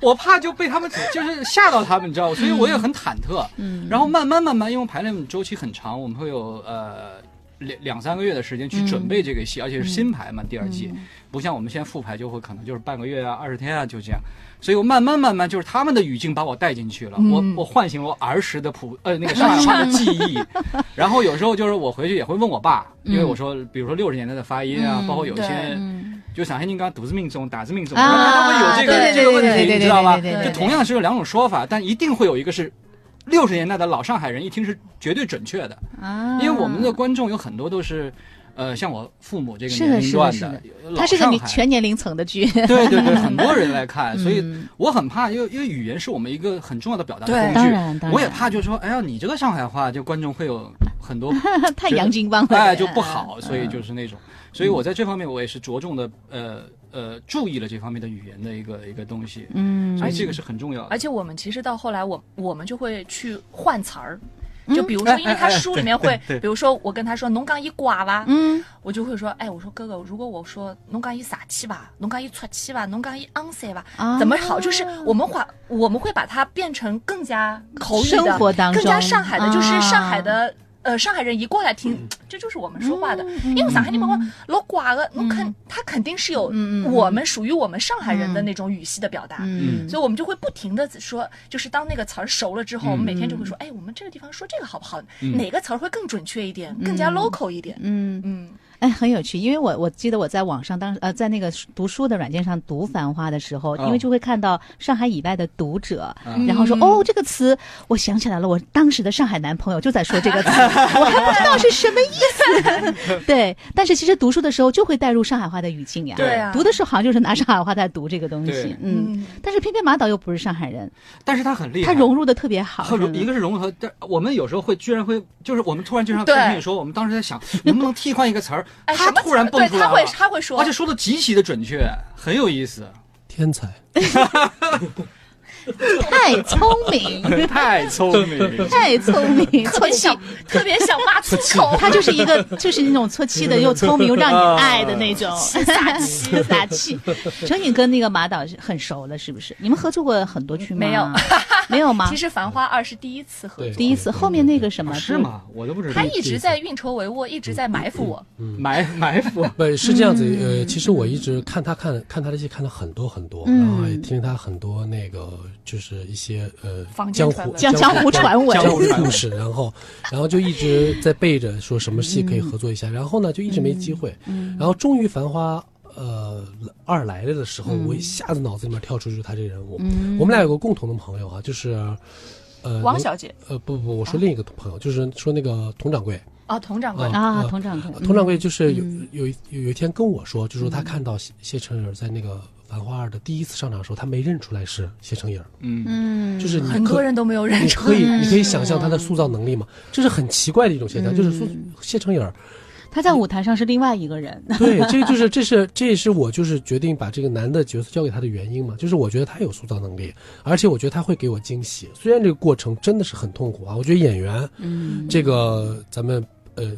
Speaker 5: 我怕就被他们就是吓到他们，你知道吗？所以我也很忐忑。嗯，然后慢慢慢慢，因为排练周期很长，我们会有呃两两三个月的时间去准备这个戏，而且是新排嘛，第二季，不像我们现在复排就会可能就是半个月啊、二十天啊就这样。所以我慢慢慢慢就是他们的语境把我带进去了，我我唤醒了我儿时的普呃那个上海话的记忆。然后有时候就是我回去也会问我爸，因为我说比如说六十年代的发音啊，
Speaker 4: 嗯
Speaker 5: 包括有一些
Speaker 4: 对
Speaker 5: 就上海人讲肚子命中、打字命中，
Speaker 2: 啊
Speaker 5: 他们有这个
Speaker 2: 对
Speaker 5: 这个问
Speaker 2: 对对对
Speaker 5: 题，
Speaker 2: 对
Speaker 5: 你知道吧？
Speaker 2: 对对对
Speaker 5: 就
Speaker 2: 对
Speaker 5: 同样是有两种说法，但一定会有一个是六十年代的老上海人一听是绝对准确的，
Speaker 2: 啊，
Speaker 5: 因为我们的观众有很多都是，呃，像我父母这个
Speaker 2: 是的
Speaker 5: 年龄
Speaker 2: 是的
Speaker 5: 段
Speaker 2: 是的
Speaker 5: 老
Speaker 2: 它是个
Speaker 5: 上
Speaker 2: 你
Speaker 5: 海
Speaker 2: 全年龄层的剧，
Speaker 5: 对对对，很多人来看，所以
Speaker 2: 嗯
Speaker 5: 我很怕，因为因为语言是我们一个很重要的表达的
Speaker 4: 对
Speaker 5: 工
Speaker 2: 当
Speaker 5: 具。
Speaker 2: 然当然
Speaker 5: 我也怕，就是说，哎呀，你这个上海话，就观众会有很多
Speaker 2: 太
Speaker 5: 觉得
Speaker 2: 洋金 帮了，
Speaker 5: 哎，就不好，
Speaker 2: 嗯
Speaker 5: 所以就是那种，所以我在这方面我也是着重的，呃呃，注意了这方面的语言的一个一个东西，
Speaker 2: 嗯，
Speaker 5: 所以这个是很重要的。
Speaker 4: 而且我们其实到后来，我我们就会去换词儿，
Speaker 2: 嗯
Speaker 4: 就比如说，
Speaker 5: 哎
Speaker 4: 因为他
Speaker 5: 哎哎
Speaker 4: 书里面
Speaker 5: 对
Speaker 4: 会
Speaker 5: 对对，
Speaker 4: 比如说我跟他说“侬讲一挂伐”，
Speaker 2: 嗯，
Speaker 4: 我就会说，哎，我说哥哥，如果我说侬讲伊傻气吧，侬讲伊出气吧，侬讲伊昂塞吧
Speaker 2: 啊，
Speaker 4: 怎么好？就是我们把我们会把它变成更加口语的，
Speaker 2: 生活当中
Speaker 4: 更加上海的，
Speaker 2: 啊嗯
Speaker 4: 就是上海的。呃，上海人一过来听，这就是我们说话的，因为上海人话老寡的，侬肯他肯定是有
Speaker 2: 嗯嗯嗯嗯
Speaker 4: 我们属于我们上海人的那种语系的表达，
Speaker 2: 嗯，
Speaker 4: 所以我们就会不停的说，就是当那个词儿熟了之后，我们每天就会说，哎，我们这个地方说这个好不好？哪个词儿会更准确一点，更加 local 一点？
Speaker 2: 嗯，
Speaker 4: 嗯，
Speaker 2: 哎，很有趣，因为我我记得我在网上当呃在那个书读书的软件上读《繁花》的时候，因为
Speaker 5: 哦
Speaker 2: 就会看到上海以外的读者，
Speaker 5: 嗯
Speaker 2: 然后说哦这个词，我想起来了，我当时的上海男朋友就在说这个词， 我还不知道是什么意思。 对，但是其实读书的时候就会带入上海话的语境呀，
Speaker 5: 对
Speaker 4: 啊
Speaker 2: 读的时候好像就是拿上海话在读这个东西
Speaker 5: 对，
Speaker 2: 嗯。
Speaker 4: 嗯，
Speaker 2: 但是偏偏马导又不是上海人，
Speaker 5: 但是他很厉害，
Speaker 2: 他融入的特别好，
Speaker 5: 和融
Speaker 2: 真的
Speaker 5: 一个是融入和，但我们有时候会居然会，就是我们突然就像
Speaker 4: 对
Speaker 5: 跟你说，我们当时在 想能不能替换一个词儿，
Speaker 4: 哎，
Speaker 5: 他
Speaker 4: 什么
Speaker 5: 突然
Speaker 4: 词
Speaker 5: 蹦出
Speaker 4: 对，
Speaker 5: 来
Speaker 4: 他
Speaker 5: 了，哦
Speaker 4: 会他会说，
Speaker 5: 而且说的极其的准确，很有意思，
Speaker 3: 天才。
Speaker 2: 太聪明，
Speaker 5: 太聪明了。
Speaker 2: 太聪 明，
Speaker 4: 特
Speaker 2: 错
Speaker 4: 别
Speaker 2: 气
Speaker 4: 想 特别想骂粗口，
Speaker 2: 他就是一个，就是那种搓气的又聪明又让你爱的那种，
Speaker 4: 撒气
Speaker 2: 撒气。程颖跟那个马导是很熟了，是不是？你们合作过很多剧吗？
Speaker 4: 没有，
Speaker 2: 没有吗
Speaker 4: 其？实《繁花二》是第一次合作，
Speaker 2: 第一次，后面那个什么
Speaker 3: 哦
Speaker 5: 是？吗？我都不知道
Speaker 4: 他。一直在运筹帷幄，一直在埋伏我。
Speaker 5: 埋埋伏，
Speaker 3: 不是这样子，呃，其实我一直看他看看他的戏看了很多很多，
Speaker 2: 嗯
Speaker 3: 然后也听他很多那个就是一些呃
Speaker 4: 坊间
Speaker 3: 江
Speaker 4: 传
Speaker 3: 湖
Speaker 4: 闻
Speaker 2: 江江湖传闻
Speaker 3: 江湖故事，然后然后就一直在背着说什么戏可以合作一
Speaker 2: 嗯
Speaker 3: 下，然后呢就一直没机会，然后终于《繁花》呃二来了的时候，
Speaker 2: 嗯
Speaker 3: 我一下子脑子里面跳出就是他这个人物，我们俩有个共同的朋友啊，就是呃
Speaker 4: 王
Speaker 3: 那
Speaker 4: 小姐
Speaker 3: 呃不不，
Speaker 4: 哦
Speaker 3: 我说另一个朋友，就是说那个佟掌柜。
Speaker 4: 啊，佟掌柜
Speaker 3: 啊，
Speaker 2: 啊，佟掌柜，
Speaker 3: 佟
Speaker 4: 嗯
Speaker 3: 掌柜就是有有一有一天跟我说，就说他看到谢谢承颖在那个《繁花二》的第一次上场的时候，他没认出来是谢承颖，
Speaker 5: 嗯，
Speaker 2: 嗯，
Speaker 3: 就是你
Speaker 4: 很
Speaker 3: 可
Speaker 4: 多人嗯都没有认
Speaker 3: 你
Speaker 4: 出
Speaker 3: 可
Speaker 4: 来。
Speaker 3: 以你可以想象他的塑造能力嘛，这是很奇怪的一种现象，就是塑
Speaker 4: 嗯
Speaker 3: 谢承颖，
Speaker 2: 他在舞台上是另外一个人。
Speaker 3: 对，这就是这是这也是我就是决定把这个男的角色交给他的原因嘛，就是我觉得他有塑造能力，而且我觉得他会给我惊喜，虽然这个过程真的是很痛苦啊，我觉得演员，
Speaker 2: 嗯，
Speaker 3: 这个咱们呃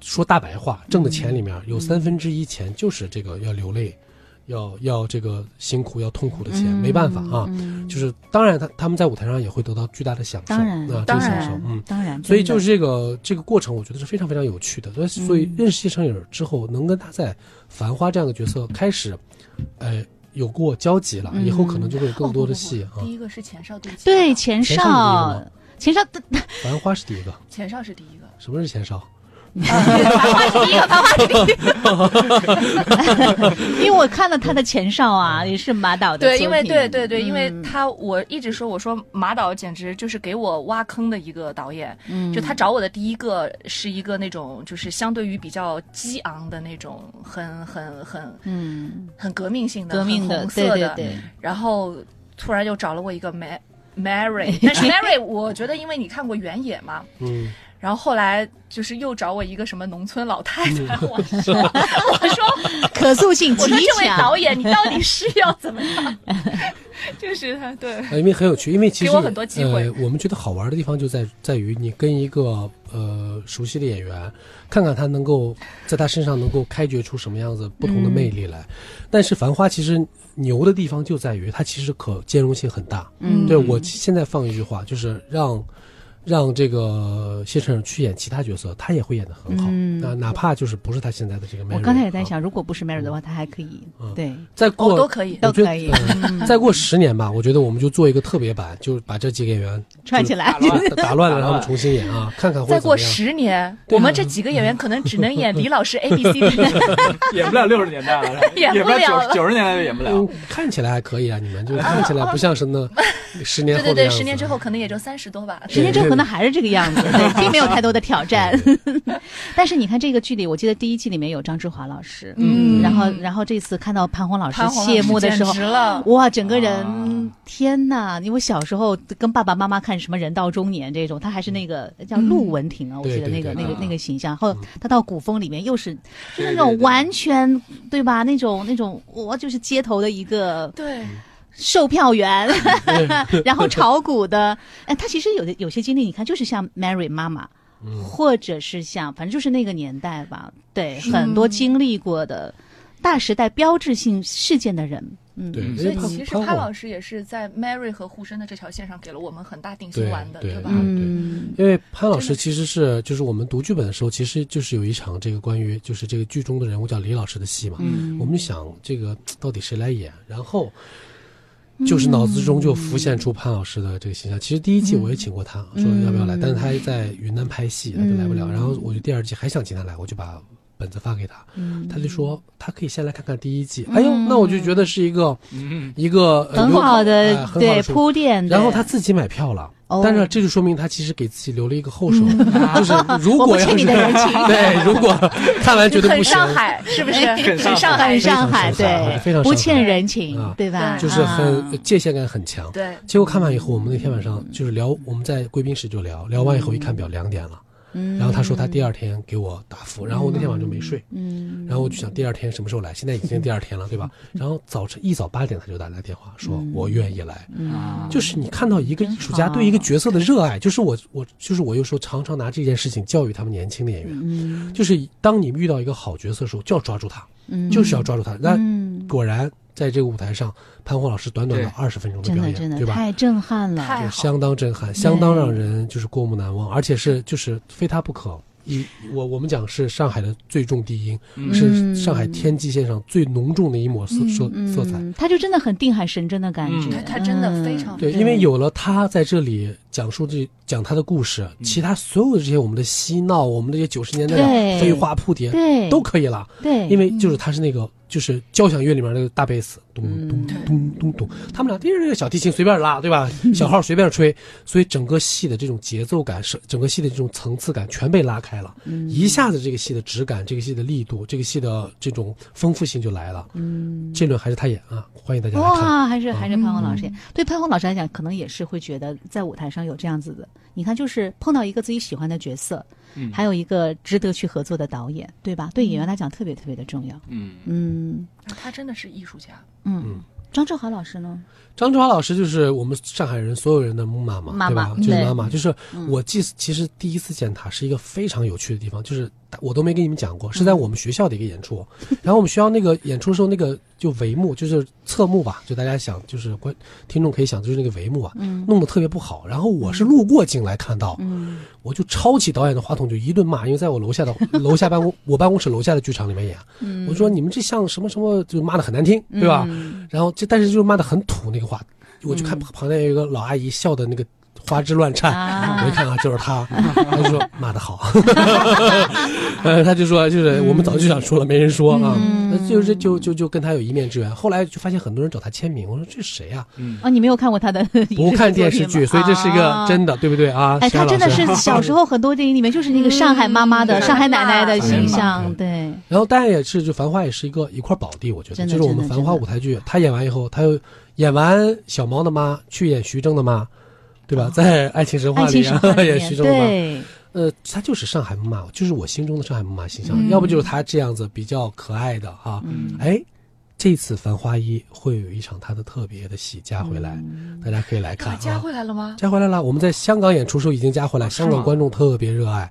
Speaker 3: 说大白话，挣的钱里面
Speaker 4: 嗯
Speaker 3: 有三分之一钱就是这个要流泪，要要这个辛苦要痛苦的钱，
Speaker 4: 嗯
Speaker 2: 嗯
Speaker 3: 没办法啊。就是当然他他们在舞台上也会得到巨大的享受，
Speaker 2: 当然
Speaker 3: 啊，这
Speaker 4: 当
Speaker 3: 个享
Speaker 4: 然
Speaker 3: 受，嗯。
Speaker 2: 当然，
Speaker 3: 所以就
Speaker 2: 真的
Speaker 3: 是这个这个过程，我觉得是非常非常有趣的。所以
Speaker 4: 嗯
Speaker 3: 所以认识谢承颖之后，能跟他在《繁花》这样的角色开始，呃，有过交集了，以后可能就会有 更多的戏
Speaker 4: 嗯
Speaker 3: 啊
Speaker 4: 哦不不不。第一个是前哨，第一次
Speaker 2: 对前
Speaker 3: 前哨是第一
Speaker 2: 哨
Speaker 3: 个吗，
Speaker 2: 前哨，
Speaker 3: 《繁花》是第一个，
Speaker 4: 前哨是第一个，
Speaker 3: 什么是前哨？
Speaker 2: 因为我看了他的前哨啊，也是马导的作
Speaker 4: 对，
Speaker 2: 品。
Speaker 4: 因为对对对，因为
Speaker 2: 嗯
Speaker 4: 他我一直说，我说马导简直就是给我挖坑的一个导演。
Speaker 2: 嗯
Speaker 4: 就他找我的第一个是一个那种，就是相对于比较激昂的那种，很很很
Speaker 2: 嗯，
Speaker 4: 很革命性的、
Speaker 2: 革命
Speaker 4: 很
Speaker 2: 的，
Speaker 4: 红
Speaker 2: 对
Speaker 4: 色
Speaker 2: 对
Speaker 4: 的。啊
Speaker 2: 对，
Speaker 4: 然后突然又找了我一个 Ma- Mary，但是 Mary 我觉得因为你看过《原野》嘛，
Speaker 3: 嗯，
Speaker 4: 然后后来就是又找我一个什么农村老太太，我说我说
Speaker 2: 可塑性
Speaker 4: 我
Speaker 2: 极
Speaker 4: 说这位导
Speaker 2: 强。
Speaker 4: 演，你到底是要怎么 样？就是他对。
Speaker 3: 啊，因为很有趣，因为其实
Speaker 4: 给我很多机会
Speaker 3: 呃。我们觉得好玩的地方就在在于你跟一个呃熟悉的演员，看看他能够在他身上能够开掘出什么样子不同的魅力来。
Speaker 2: 嗯
Speaker 3: 但是《繁花》其实牛的地方就在于它其实可兼容性很大。
Speaker 2: 嗯
Speaker 3: 对我现在放一句话，就是让让这个谢晨去演其他角色，他也会演得很好。
Speaker 2: 嗯
Speaker 3: 那哪怕就是不是他现在的这个 Mary，
Speaker 2: 我刚才也在
Speaker 3: 啊，
Speaker 2: 想，如果不是 Mary 的话，他还可以
Speaker 3: 嗯
Speaker 2: 对
Speaker 3: 再
Speaker 4: 哦，
Speaker 3: 过
Speaker 4: 都可以。嗯
Speaker 2: 都
Speaker 3: 我觉得
Speaker 2: 可以
Speaker 3: 呃再过十年吧，我觉得我们就做一个特别版，就把这几个演员
Speaker 2: 串起来
Speaker 5: 打。
Speaker 3: 打打
Speaker 5: 乱
Speaker 3: 乱了，让
Speaker 5: 打乱
Speaker 3: 他们重新演啊，看看会
Speaker 4: 再
Speaker 3: 怎么
Speaker 4: 过
Speaker 3: 样。啊
Speaker 4: 十年，我们这几个演员可能只能演李老师 A B C D，
Speaker 5: 演不了六十年代了，
Speaker 4: 演
Speaker 5: 演
Speaker 4: 不
Speaker 5: 不
Speaker 4: 了
Speaker 5: 了
Speaker 4: 了
Speaker 5: 九九十年代就演不了
Speaker 3: 嗯。，看起来还可以啊，你们就是看起来不像是那十年
Speaker 4: 对
Speaker 3: 后
Speaker 4: 对
Speaker 3: 的
Speaker 4: 对，
Speaker 3: 样子啊
Speaker 4: 十年之后可能也就三十多吧。
Speaker 2: 十年之后可能还是这个样子， 对，并没有太多的挑战。
Speaker 3: 对
Speaker 2: 但是你看这个剧里，我记得第一季里面有张志华老师，
Speaker 4: 嗯
Speaker 2: 然后然后这次看到潘虹老师
Speaker 4: 潘虹老师
Speaker 2: 谢幕的时候
Speaker 4: 简直，了，
Speaker 2: 哇，整个人、
Speaker 5: 啊
Speaker 2: 天呐！因为我小时候跟爸爸妈妈看什么《人到中年》这种，他还是那个叫陆文婷啊，我记得
Speaker 3: 对
Speaker 2: 那个
Speaker 3: 对
Speaker 2: 那
Speaker 5: 嗯对
Speaker 2: 个
Speaker 5: 啊
Speaker 2: 那个形象。后他到古风里面又是就
Speaker 5: 对
Speaker 2: 是那
Speaker 5: 对
Speaker 2: 种
Speaker 5: 对
Speaker 2: 完全对吧？那种那种我就是街头的一个
Speaker 3: 嗯
Speaker 4: 对，
Speaker 2: 售票员，
Speaker 5: 嗯
Speaker 2: 然后炒股的。哎，他其实有的有些经历，你看就是像 Mary 妈妈。
Speaker 5: 嗯
Speaker 2: 或者是像，反正就是那个年代吧，对，很多经历过的大时代标志性事件的人，嗯，
Speaker 3: 对，
Speaker 5: 嗯
Speaker 3: 因
Speaker 4: 所
Speaker 3: 为
Speaker 4: 以
Speaker 3: 潘
Speaker 4: 其实
Speaker 3: 潘
Speaker 4: 潘
Speaker 3: 虹
Speaker 4: 老师也是在 Mary 和沪深的这条线上给了我们很大定心丸的，
Speaker 3: 对
Speaker 4: 吧？
Speaker 3: 对
Speaker 2: 嗯，
Speaker 3: 因为潘老师其实是就是我们读剧本的时候，其实就是有一场这个关于就是这个剧中的人物叫李老师的戏
Speaker 5: 嗯
Speaker 3: 嘛，
Speaker 2: 嗯
Speaker 3: 我们就想这个到底谁来演，然后就是脑子中就浮现出潘老师的这个形象。其实第一季我也请过他，
Speaker 2: 嗯
Speaker 3: 说要不要来，但是他在云南拍戏，他就来不了。然后我就第二季还想请他来，我就把本子发给他，
Speaker 2: 嗯
Speaker 3: 他就说他可以先来看看第一季。哎呦，那我就觉得是一个
Speaker 5: 嗯，
Speaker 3: 一个呃
Speaker 2: 很
Speaker 3: 留
Speaker 2: 好的、
Speaker 3: 哎很好
Speaker 2: 对
Speaker 3: 的说法
Speaker 2: 铺垫的。
Speaker 3: 然后 他自己买票了，
Speaker 2: 哦嗯
Speaker 3: 但是这就说明他其实给自己留了一个后手，就是如
Speaker 2: 我不
Speaker 3: 果要
Speaker 2: 欠你
Speaker 3: 是
Speaker 2: 的人情
Speaker 3: 对，如果看完觉得不
Speaker 4: 很
Speaker 3: 行，哎
Speaker 4: 上海，是不是？
Speaker 5: 很上海
Speaker 4: 上海，
Speaker 2: 很上海，
Speaker 3: 非常上海非
Speaker 2: 对，
Speaker 3: 常
Speaker 2: 不
Speaker 3: 上海
Speaker 2: 欠人情，
Speaker 3: 啊
Speaker 2: 对吧？
Speaker 4: 对
Speaker 3: 就是很、
Speaker 2: 啊
Speaker 3: 界限感很强。
Speaker 4: 对，
Speaker 3: 结果看完以后，我们那天晚上就是聊，我们在贵宾室就聊，聊完以后一看表两点了，
Speaker 2: 嗯
Speaker 3: 然后他说他第二天给我答复，然后那天晚上就没睡，
Speaker 2: 嗯
Speaker 3: 然后我就想第二天什么时候来，现在已经第二天了， 对吧？然后早晨一早八点他就打来电话说
Speaker 2: 嗯
Speaker 3: 我愿意来，
Speaker 5: 啊
Speaker 3: 就是你看到一个艺术家
Speaker 2: 好啊
Speaker 3: 对一个角色的热爱，就是我我就是我有时候常常拿这件事情教育他们年轻的演员，
Speaker 2: 嗯
Speaker 3: 就是当你遇到一个好角色的时候，就要抓住他，
Speaker 2: 嗯，
Speaker 3: 就是要抓住他。那
Speaker 2: 嗯，
Speaker 3: 果然在这个舞台上，潘虹老师短短的
Speaker 5: 对
Speaker 3: 二十分钟的
Speaker 2: 真
Speaker 3: 表
Speaker 2: 的
Speaker 3: 演，
Speaker 2: 真的
Speaker 3: 对吧？
Speaker 2: 太震撼了，
Speaker 4: 太
Speaker 3: 就
Speaker 4: 好了。
Speaker 3: 相当震撼，相当让人就是过目难忘，而且是就是非他不可。一我我们讲是上海的最重低音，
Speaker 5: 嗯
Speaker 3: 是上海天际线上最浓重的一抹色色
Speaker 2: 嗯
Speaker 3: 色彩。
Speaker 2: 他就真的很定海神针的感
Speaker 5: 嗯
Speaker 2: 觉，
Speaker 4: 他他真的非
Speaker 2: 嗯
Speaker 4: 常
Speaker 3: 对，
Speaker 2: 对
Speaker 3: 因为有了他在这里讲述这讲他的故事，其他所有的这些我们的嬉闹，我们这些九十年代
Speaker 2: 对
Speaker 3: 的飞花扑蝶
Speaker 2: 对
Speaker 3: 都可以了，
Speaker 2: 对，嗯
Speaker 3: 因为就是他是那个就是交响乐里面那个大贝斯，咚
Speaker 2: 嗯
Speaker 3: 咚咚咚咚，他们俩盯着这个小提琴随便拉，对吧？小号随便吹，所以整个戏的这种节奏感是整个戏的这种层次感全被拉开了，
Speaker 2: 嗯
Speaker 3: 一下子这个戏的质感、这个戏的力度、这个戏的这种丰富性就来了。嗯，这轮还是他演啊，欢迎大家来看。嗯
Speaker 2: 哇，还是还是潘虹老师演。对潘虹老师来讲，可能也是会觉得在舞台上有这样子的，你看，就是碰到一个自己喜欢的角色，
Speaker 5: 嗯
Speaker 2: 还有一个值得去合作的导演，对吧？对演
Speaker 3: 嗯
Speaker 2: 员来讲特别特别的重要。
Speaker 5: 嗯，
Speaker 2: 嗯
Speaker 4: 他真的是艺术家，
Speaker 2: 嗯，张志华老师呢？
Speaker 3: 张志华老师就是我们上海人所有人的妈妈，
Speaker 2: 妈
Speaker 3: 对
Speaker 2: 妈嗯
Speaker 3: 吧？就是
Speaker 2: 对嗯
Speaker 3: 妈妈，就是我记，其实第一次见她是一个非常有趣的地方，就是我都没跟你们讲过，
Speaker 2: 嗯
Speaker 3: 是在我们学校的一个演出。然后我们学校那个演出的时候，那个就帷幕，就是侧幕吧，就大家想，就是观听众可以想，就是那个帷幕啊，
Speaker 2: 嗯
Speaker 3: 弄得特别不好。然后我是路过进来看到，我就抄起导演的话筒就一顿骂，因为在我楼下的楼下办公，我办公室楼下的剧场里面演，
Speaker 2: 嗯
Speaker 3: 我说你们这像什么什么，就骂的很难听，对吧？然后这但是就是骂的很土那个话，我
Speaker 2: 嗯
Speaker 3: 就看旁边有一个老阿姨笑的那个花枝乱颤，
Speaker 2: 啊
Speaker 3: 我一看啊就是 她，她就说骂的好， 呃，她就说就是我们早就想说了，没人说啊，
Speaker 2: 嗯
Speaker 3: 那就是就就就跟她有一面之缘。后来就发现很多人找她签名，我说这谁啊？
Speaker 2: 啊，你没有看过他的
Speaker 3: 不看电视剧，所以这是一个真
Speaker 2: 的。
Speaker 3: 的，对不对啊？
Speaker 2: 哎，
Speaker 3: 石
Speaker 2: 他
Speaker 3: 安老
Speaker 2: 真的
Speaker 3: 师
Speaker 2: 是小时候很多电影里面就是那个上海妈妈的、
Speaker 4: 嗯
Speaker 2: 上海奶奶的
Speaker 4: 上
Speaker 5: 海
Speaker 2: 形
Speaker 5: 妈
Speaker 2: 象，
Speaker 3: 妈
Speaker 2: 对，
Speaker 3: 然后当然也是，就《繁花》也是一个一块宝地，我觉得
Speaker 2: 真的
Speaker 3: 就是我们
Speaker 2: 真
Speaker 3: 《
Speaker 2: 的
Speaker 3: 繁花》
Speaker 2: 真的
Speaker 3: 舞台剧，他演完以后，他又演完小毛的妈，去演徐峥的妈，对吧？在《爱情神话
Speaker 2: 哦爱》情
Speaker 3: 里
Speaker 2: 神话里
Speaker 3: 演
Speaker 2: 面，
Speaker 3: 徐峥的妈，
Speaker 2: 对，
Speaker 3: 呃，他就是上海木马，就是我心中的上海木马形象，
Speaker 2: 嗯
Speaker 3: 要不就是他这样子比较可爱的哈、哎，这次《繁花一》会有一场他的特别的戏加回来，
Speaker 2: 嗯
Speaker 3: 大家可以来看
Speaker 4: 他
Speaker 3: 啊。
Speaker 4: 加回来了吗？
Speaker 3: 加回来了，我们在香港演出时候已经加回来，香港观众特别热爱。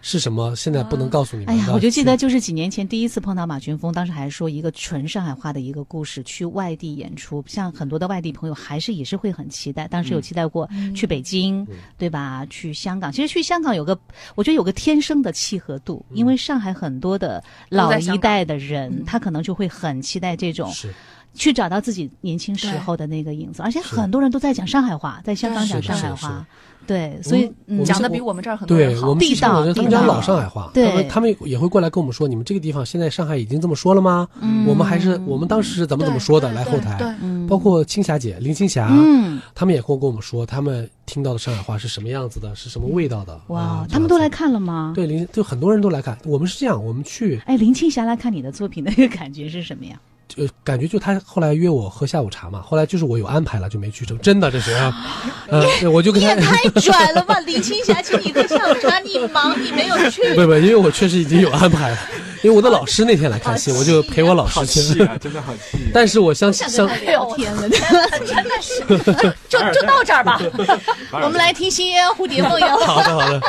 Speaker 3: 是什么，现在不能告诉你们。
Speaker 2: 哎呀，我就记得就是几年前第一次碰到马群峰，当时还说一个纯上海话的一个故事，去外地演出，像很多的外地朋友还是也是会很期待。当
Speaker 3: 嗯
Speaker 2: 时有期待过去北京，对吧？去香港，其实去香港有个，我觉得有个天生的契合度，因
Speaker 3: 嗯
Speaker 2: 为上海很多的老一代的人，他可能就会很期待这种。
Speaker 3: 是
Speaker 2: 去找到自己年轻时候的那个影子，而且很多人都在讲上海话，在香港讲上海
Speaker 3: 是是是
Speaker 2: 话，对，所以嗯
Speaker 4: 讲的比我们这儿很多人
Speaker 3: 对
Speaker 4: 好
Speaker 3: 我。们
Speaker 2: 地
Speaker 3: 去香港
Speaker 2: 道
Speaker 3: 人他们
Speaker 2: 地
Speaker 3: 讲
Speaker 2: 道
Speaker 3: 老上海话，
Speaker 2: 对
Speaker 3: 他们他们也会过来跟我们说，你们这个地方现在上海已经这么说了吗？我们还是我们当时是怎么怎么说的？
Speaker 4: 对
Speaker 3: 来
Speaker 4: 对
Speaker 3: 后台
Speaker 4: 对，
Speaker 2: 嗯
Speaker 3: 包括啊青霞姐林青霞，
Speaker 2: 嗯，
Speaker 3: 他们也会跟我们说，他们听到的上海话是什么样子的，是什么味道的。啊
Speaker 2: 哇，
Speaker 3: 这
Speaker 2: 他们
Speaker 3: 样
Speaker 2: 都
Speaker 3: 子
Speaker 2: 来看了吗？。
Speaker 3: 对林，就很多人都来看。我们是这样，我们去
Speaker 2: 哎，林青霞来看你的 作品，那个感觉是什么呀？
Speaker 3: 就感觉就他后来约我喝下午茶嘛，后来就是我有安排了就没去成，真的这是 啊，呃，对我就跟
Speaker 2: 你
Speaker 3: 他
Speaker 2: 也。太拽了吧，林青霞，请你喝下午茶，你忙，你没有去。
Speaker 3: 不不，因为我确实已经有安排了，因为我的老师那天来 看戏，我就陪我老
Speaker 5: 好
Speaker 3: 师
Speaker 5: 气
Speaker 3: 去。
Speaker 5: 啊，真的好气、啊。
Speaker 3: 但是我相相
Speaker 2: 聊 天了，
Speaker 4: 就就到这儿吧。
Speaker 2: 我们来听《新鸳鸯蝴蝶梦》哟。
Speaker 3: 好的好的，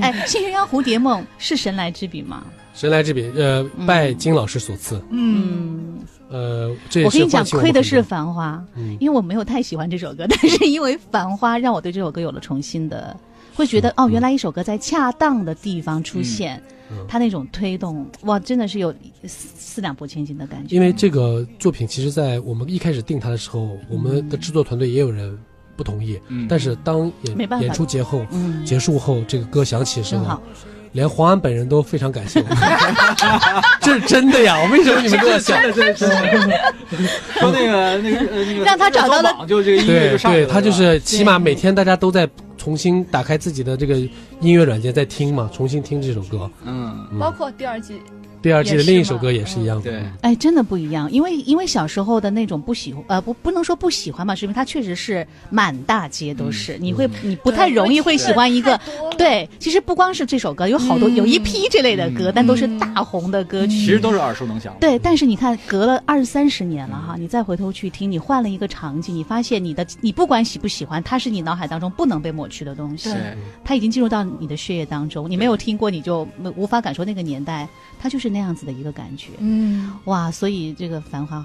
Speaker 2: 哎，《新鸳鸯蝴蝶梦》是神来之笔吗？
Speaker 3: 神来之笔，呃，拜金老师所赐，
Speaker 2: 嗯，
Speaker 3: 呃，这也
Speaker 2: 我
Speaker 3: 是
Speaker 2: 跟你讲，
Speaker 3: 唤起我
Speaker 2: 亏
Speaker 3: 们
Speaker 2: 的
Speaker 3: 很
Speaker 2: 是《
Speaker 3: 多
Speaker 2: 繁花》
Speaker 3: 嗯
Speaker 2: 因为我没有太喜欢这首歌，但 是因为《繁花》让我对这首歌有了重新的，会觉
Speaker 3: 嗯
Speaker 2: 得哦，原来一首歌在恰当的地方出现，
Speaker 3: 嗯
Speaker 2: 它那种推动，哇，真的是有四四两拨千斤的感觉。
Speaker 3: 因为这个作品，其实，在我们一开始定它的时候，我们的制作团队也有人不同意。
Speaker 5: 嗯
Speaker 3: 但是当演
Speaker 2: 没办法
Speaker 3: 演出节后、
Speaker 2: 嗯
Speaker 3: 结束后，这个歌响起的时
Speaker 2: 真
Speaker 3: 候
Speaker 2: 好，
Speaker 3: 连黄安本人都非常 感谢我们。这是真的呀！为什么你们都要笑？
Speaker 5: 真的真的，说那个那个呃那个，
Speaker 2: 让他找到了
Speaker 5: 了，就这个音乐
Speaker 3: 对
Speaker 5: 就上来
Speaker 3: 对，
Speaker 5: 了，
Speaker 3: 他就是是
Speaker 5: 吧
Speaker 3: 起码每天大家都在重新打开自己的这个音乐软件，在听嘛，重新听这首歌。
Speaker 5: 嗯，
Speaker 1: 包括第二季，
Speaker 3: 第二季的
Speaker 1: 也是
Speaker 3: 另一首
Speaker 1: 嘛
Speaker 3: 歌也是一样的。
Speaker 5: 对，
Speaker 2: 哎，真的不一样，因为因为小时候的那种不喜欢，呃，不不能说不喜欢吧，是因为它确实是满大街都
Speaker 3: 嗯
Speaker 2: 是，你会你不太容易会喜欢一个。对，其实不光是这首歌，有好多、有一
Speaker 3: 嗯
Speaker 2: 批这类的歌，但都是大红的歌曲。
Speaker 5: 其实都是耳熟能详。，
Speaker 2: 对，但是你看，隔了二三十年了哈，你再回头去听，你换了一个场景，你发现你的你不管喜不喜欢，它是你脑海当中不能被抹去的东西，
Speaker 5: 对，
Speaker 2: 它已经进入到你的血液当中，你没有听过，你就没无法感受那个年代，它就是那样子的一个感觉。
Speaker 1: 嗯，
Speaker 2: 哇，所以这个《繁花》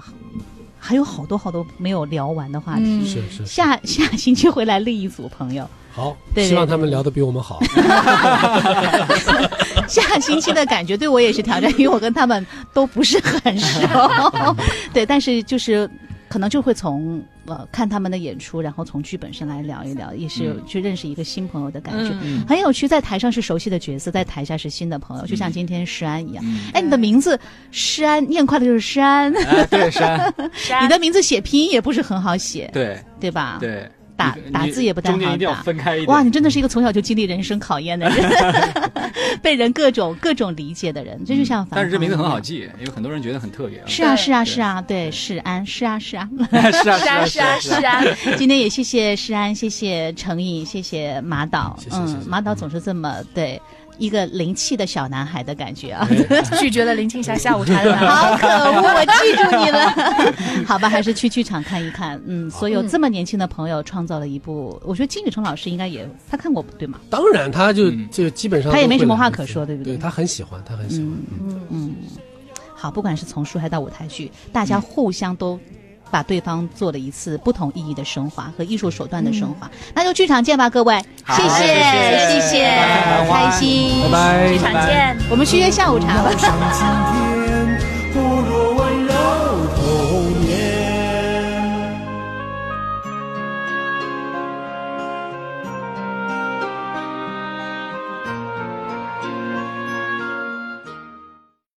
Speaker 2: 还有好多好多没有聊完的话题，
Speaker 1: 嗯
Speaker 3: 是是是。
Speaker 2: 下下星期回来另一组朋友，
Speaker 3: 好，
Speaker 2: 对
Speaker 3: 希望
Speaker 2: 对
Speaker 3: 他们聊得比我们好。
Speaker 2: 下星期的感觉对我也是挑战，因为我跟他们都不是很熟。 对，但是就是可能就会从呃看他们的演出，然后从剧本上来聊一聊，也是
Speaker 5: 嗯
Speaker 2: 去认识一个新朋友的感觉，
Speaker 5: 嗯
Speaker 2: 很有趣。在台上是熟悉的角色，在台下是新的朋友，就像今天诗安一样。
Speaker 5: 嗯，
Speaker 2: 哎，你的名字诗安，念快的就是诗安。
Speaker 5: 哎，对山，
Speaker 2: 你的名字写拼音也不是很好写，
Speaker 5: 对
Speaker 2: 对吧？。
Speaker 5: 对，
Speaker 2: 啊打
Speaker 5: 你
Speaker 2: 打字也不太
Speaker 5: 中间
Speaker 2: 好
Speaker 5: 一定要
Speaker 2: 打
Speaker 5: 分开一点。
Speaker 2: 哇，你真的是一个从小就经历人 生考验的人，被人各种各种理解的人，这就像、
Speaker 5: 嗯但是这名字很好。记，因为很多人觉得很特别啊。
Speaker 2: 是啊，
Speaker 1: 对
Speaker 2: 是啊，是啊，对，世安，是啊，是啊。
Speaker 5: 是啊，
Speaker 1: 是啊是啊是啊，
Speaker 2: 今天也谢谢世安，谢谢程颖，谢谢马导
Speaker 3: 谢，谢谢
Speaker 2: 嗯，
Speaker 3: 谢
Speaker 2: 马导总是这么对一个灵气的小男孩的感觉啊。
Speaker 1: 拒绝了林青霞下午茶的安排
Speaker 2: 好可恶！我记住你了。 好吧，还是去剧场看一看。嗯，所有这么年轻的朋友创造了一部，我觉得金宇澄老师应该也他看过对吗？
Speaker 3: 当然，他就
Speaker 5: 嗯
Speaker 3: 就基本上
Speaker 2: 他也
Speaker 3: 都
Speaker 2: 没
Speaker 3: 会
Speaker 2: 什么
Speaker 3: 来
Speaker 2: 话
Speaker 3: 一
Speaker 2: 可
Speaker 3: 次
Speaker 2: 说对不对
Speaker 3: 对他很喜欢，他很喜欢。
Speaker 2: 好，不管是从书还到舞台剧，大家互相都把对方做了一次不同意义的升华和艺术手段的升华。那就剧场见吧，各位，
Speaker 5: 哎好
Speaker 2: 谢
Speaker 5: 谢谢
Speaker 2: 谢谢，
Speaker 5: 拜拜
Speaker 2: 开心，
Speaker 3: 拜拜。
Speaker 1: 剧场见。
Speaker 2: 我们去约下午茶吧。
Speaker 6: 上青天，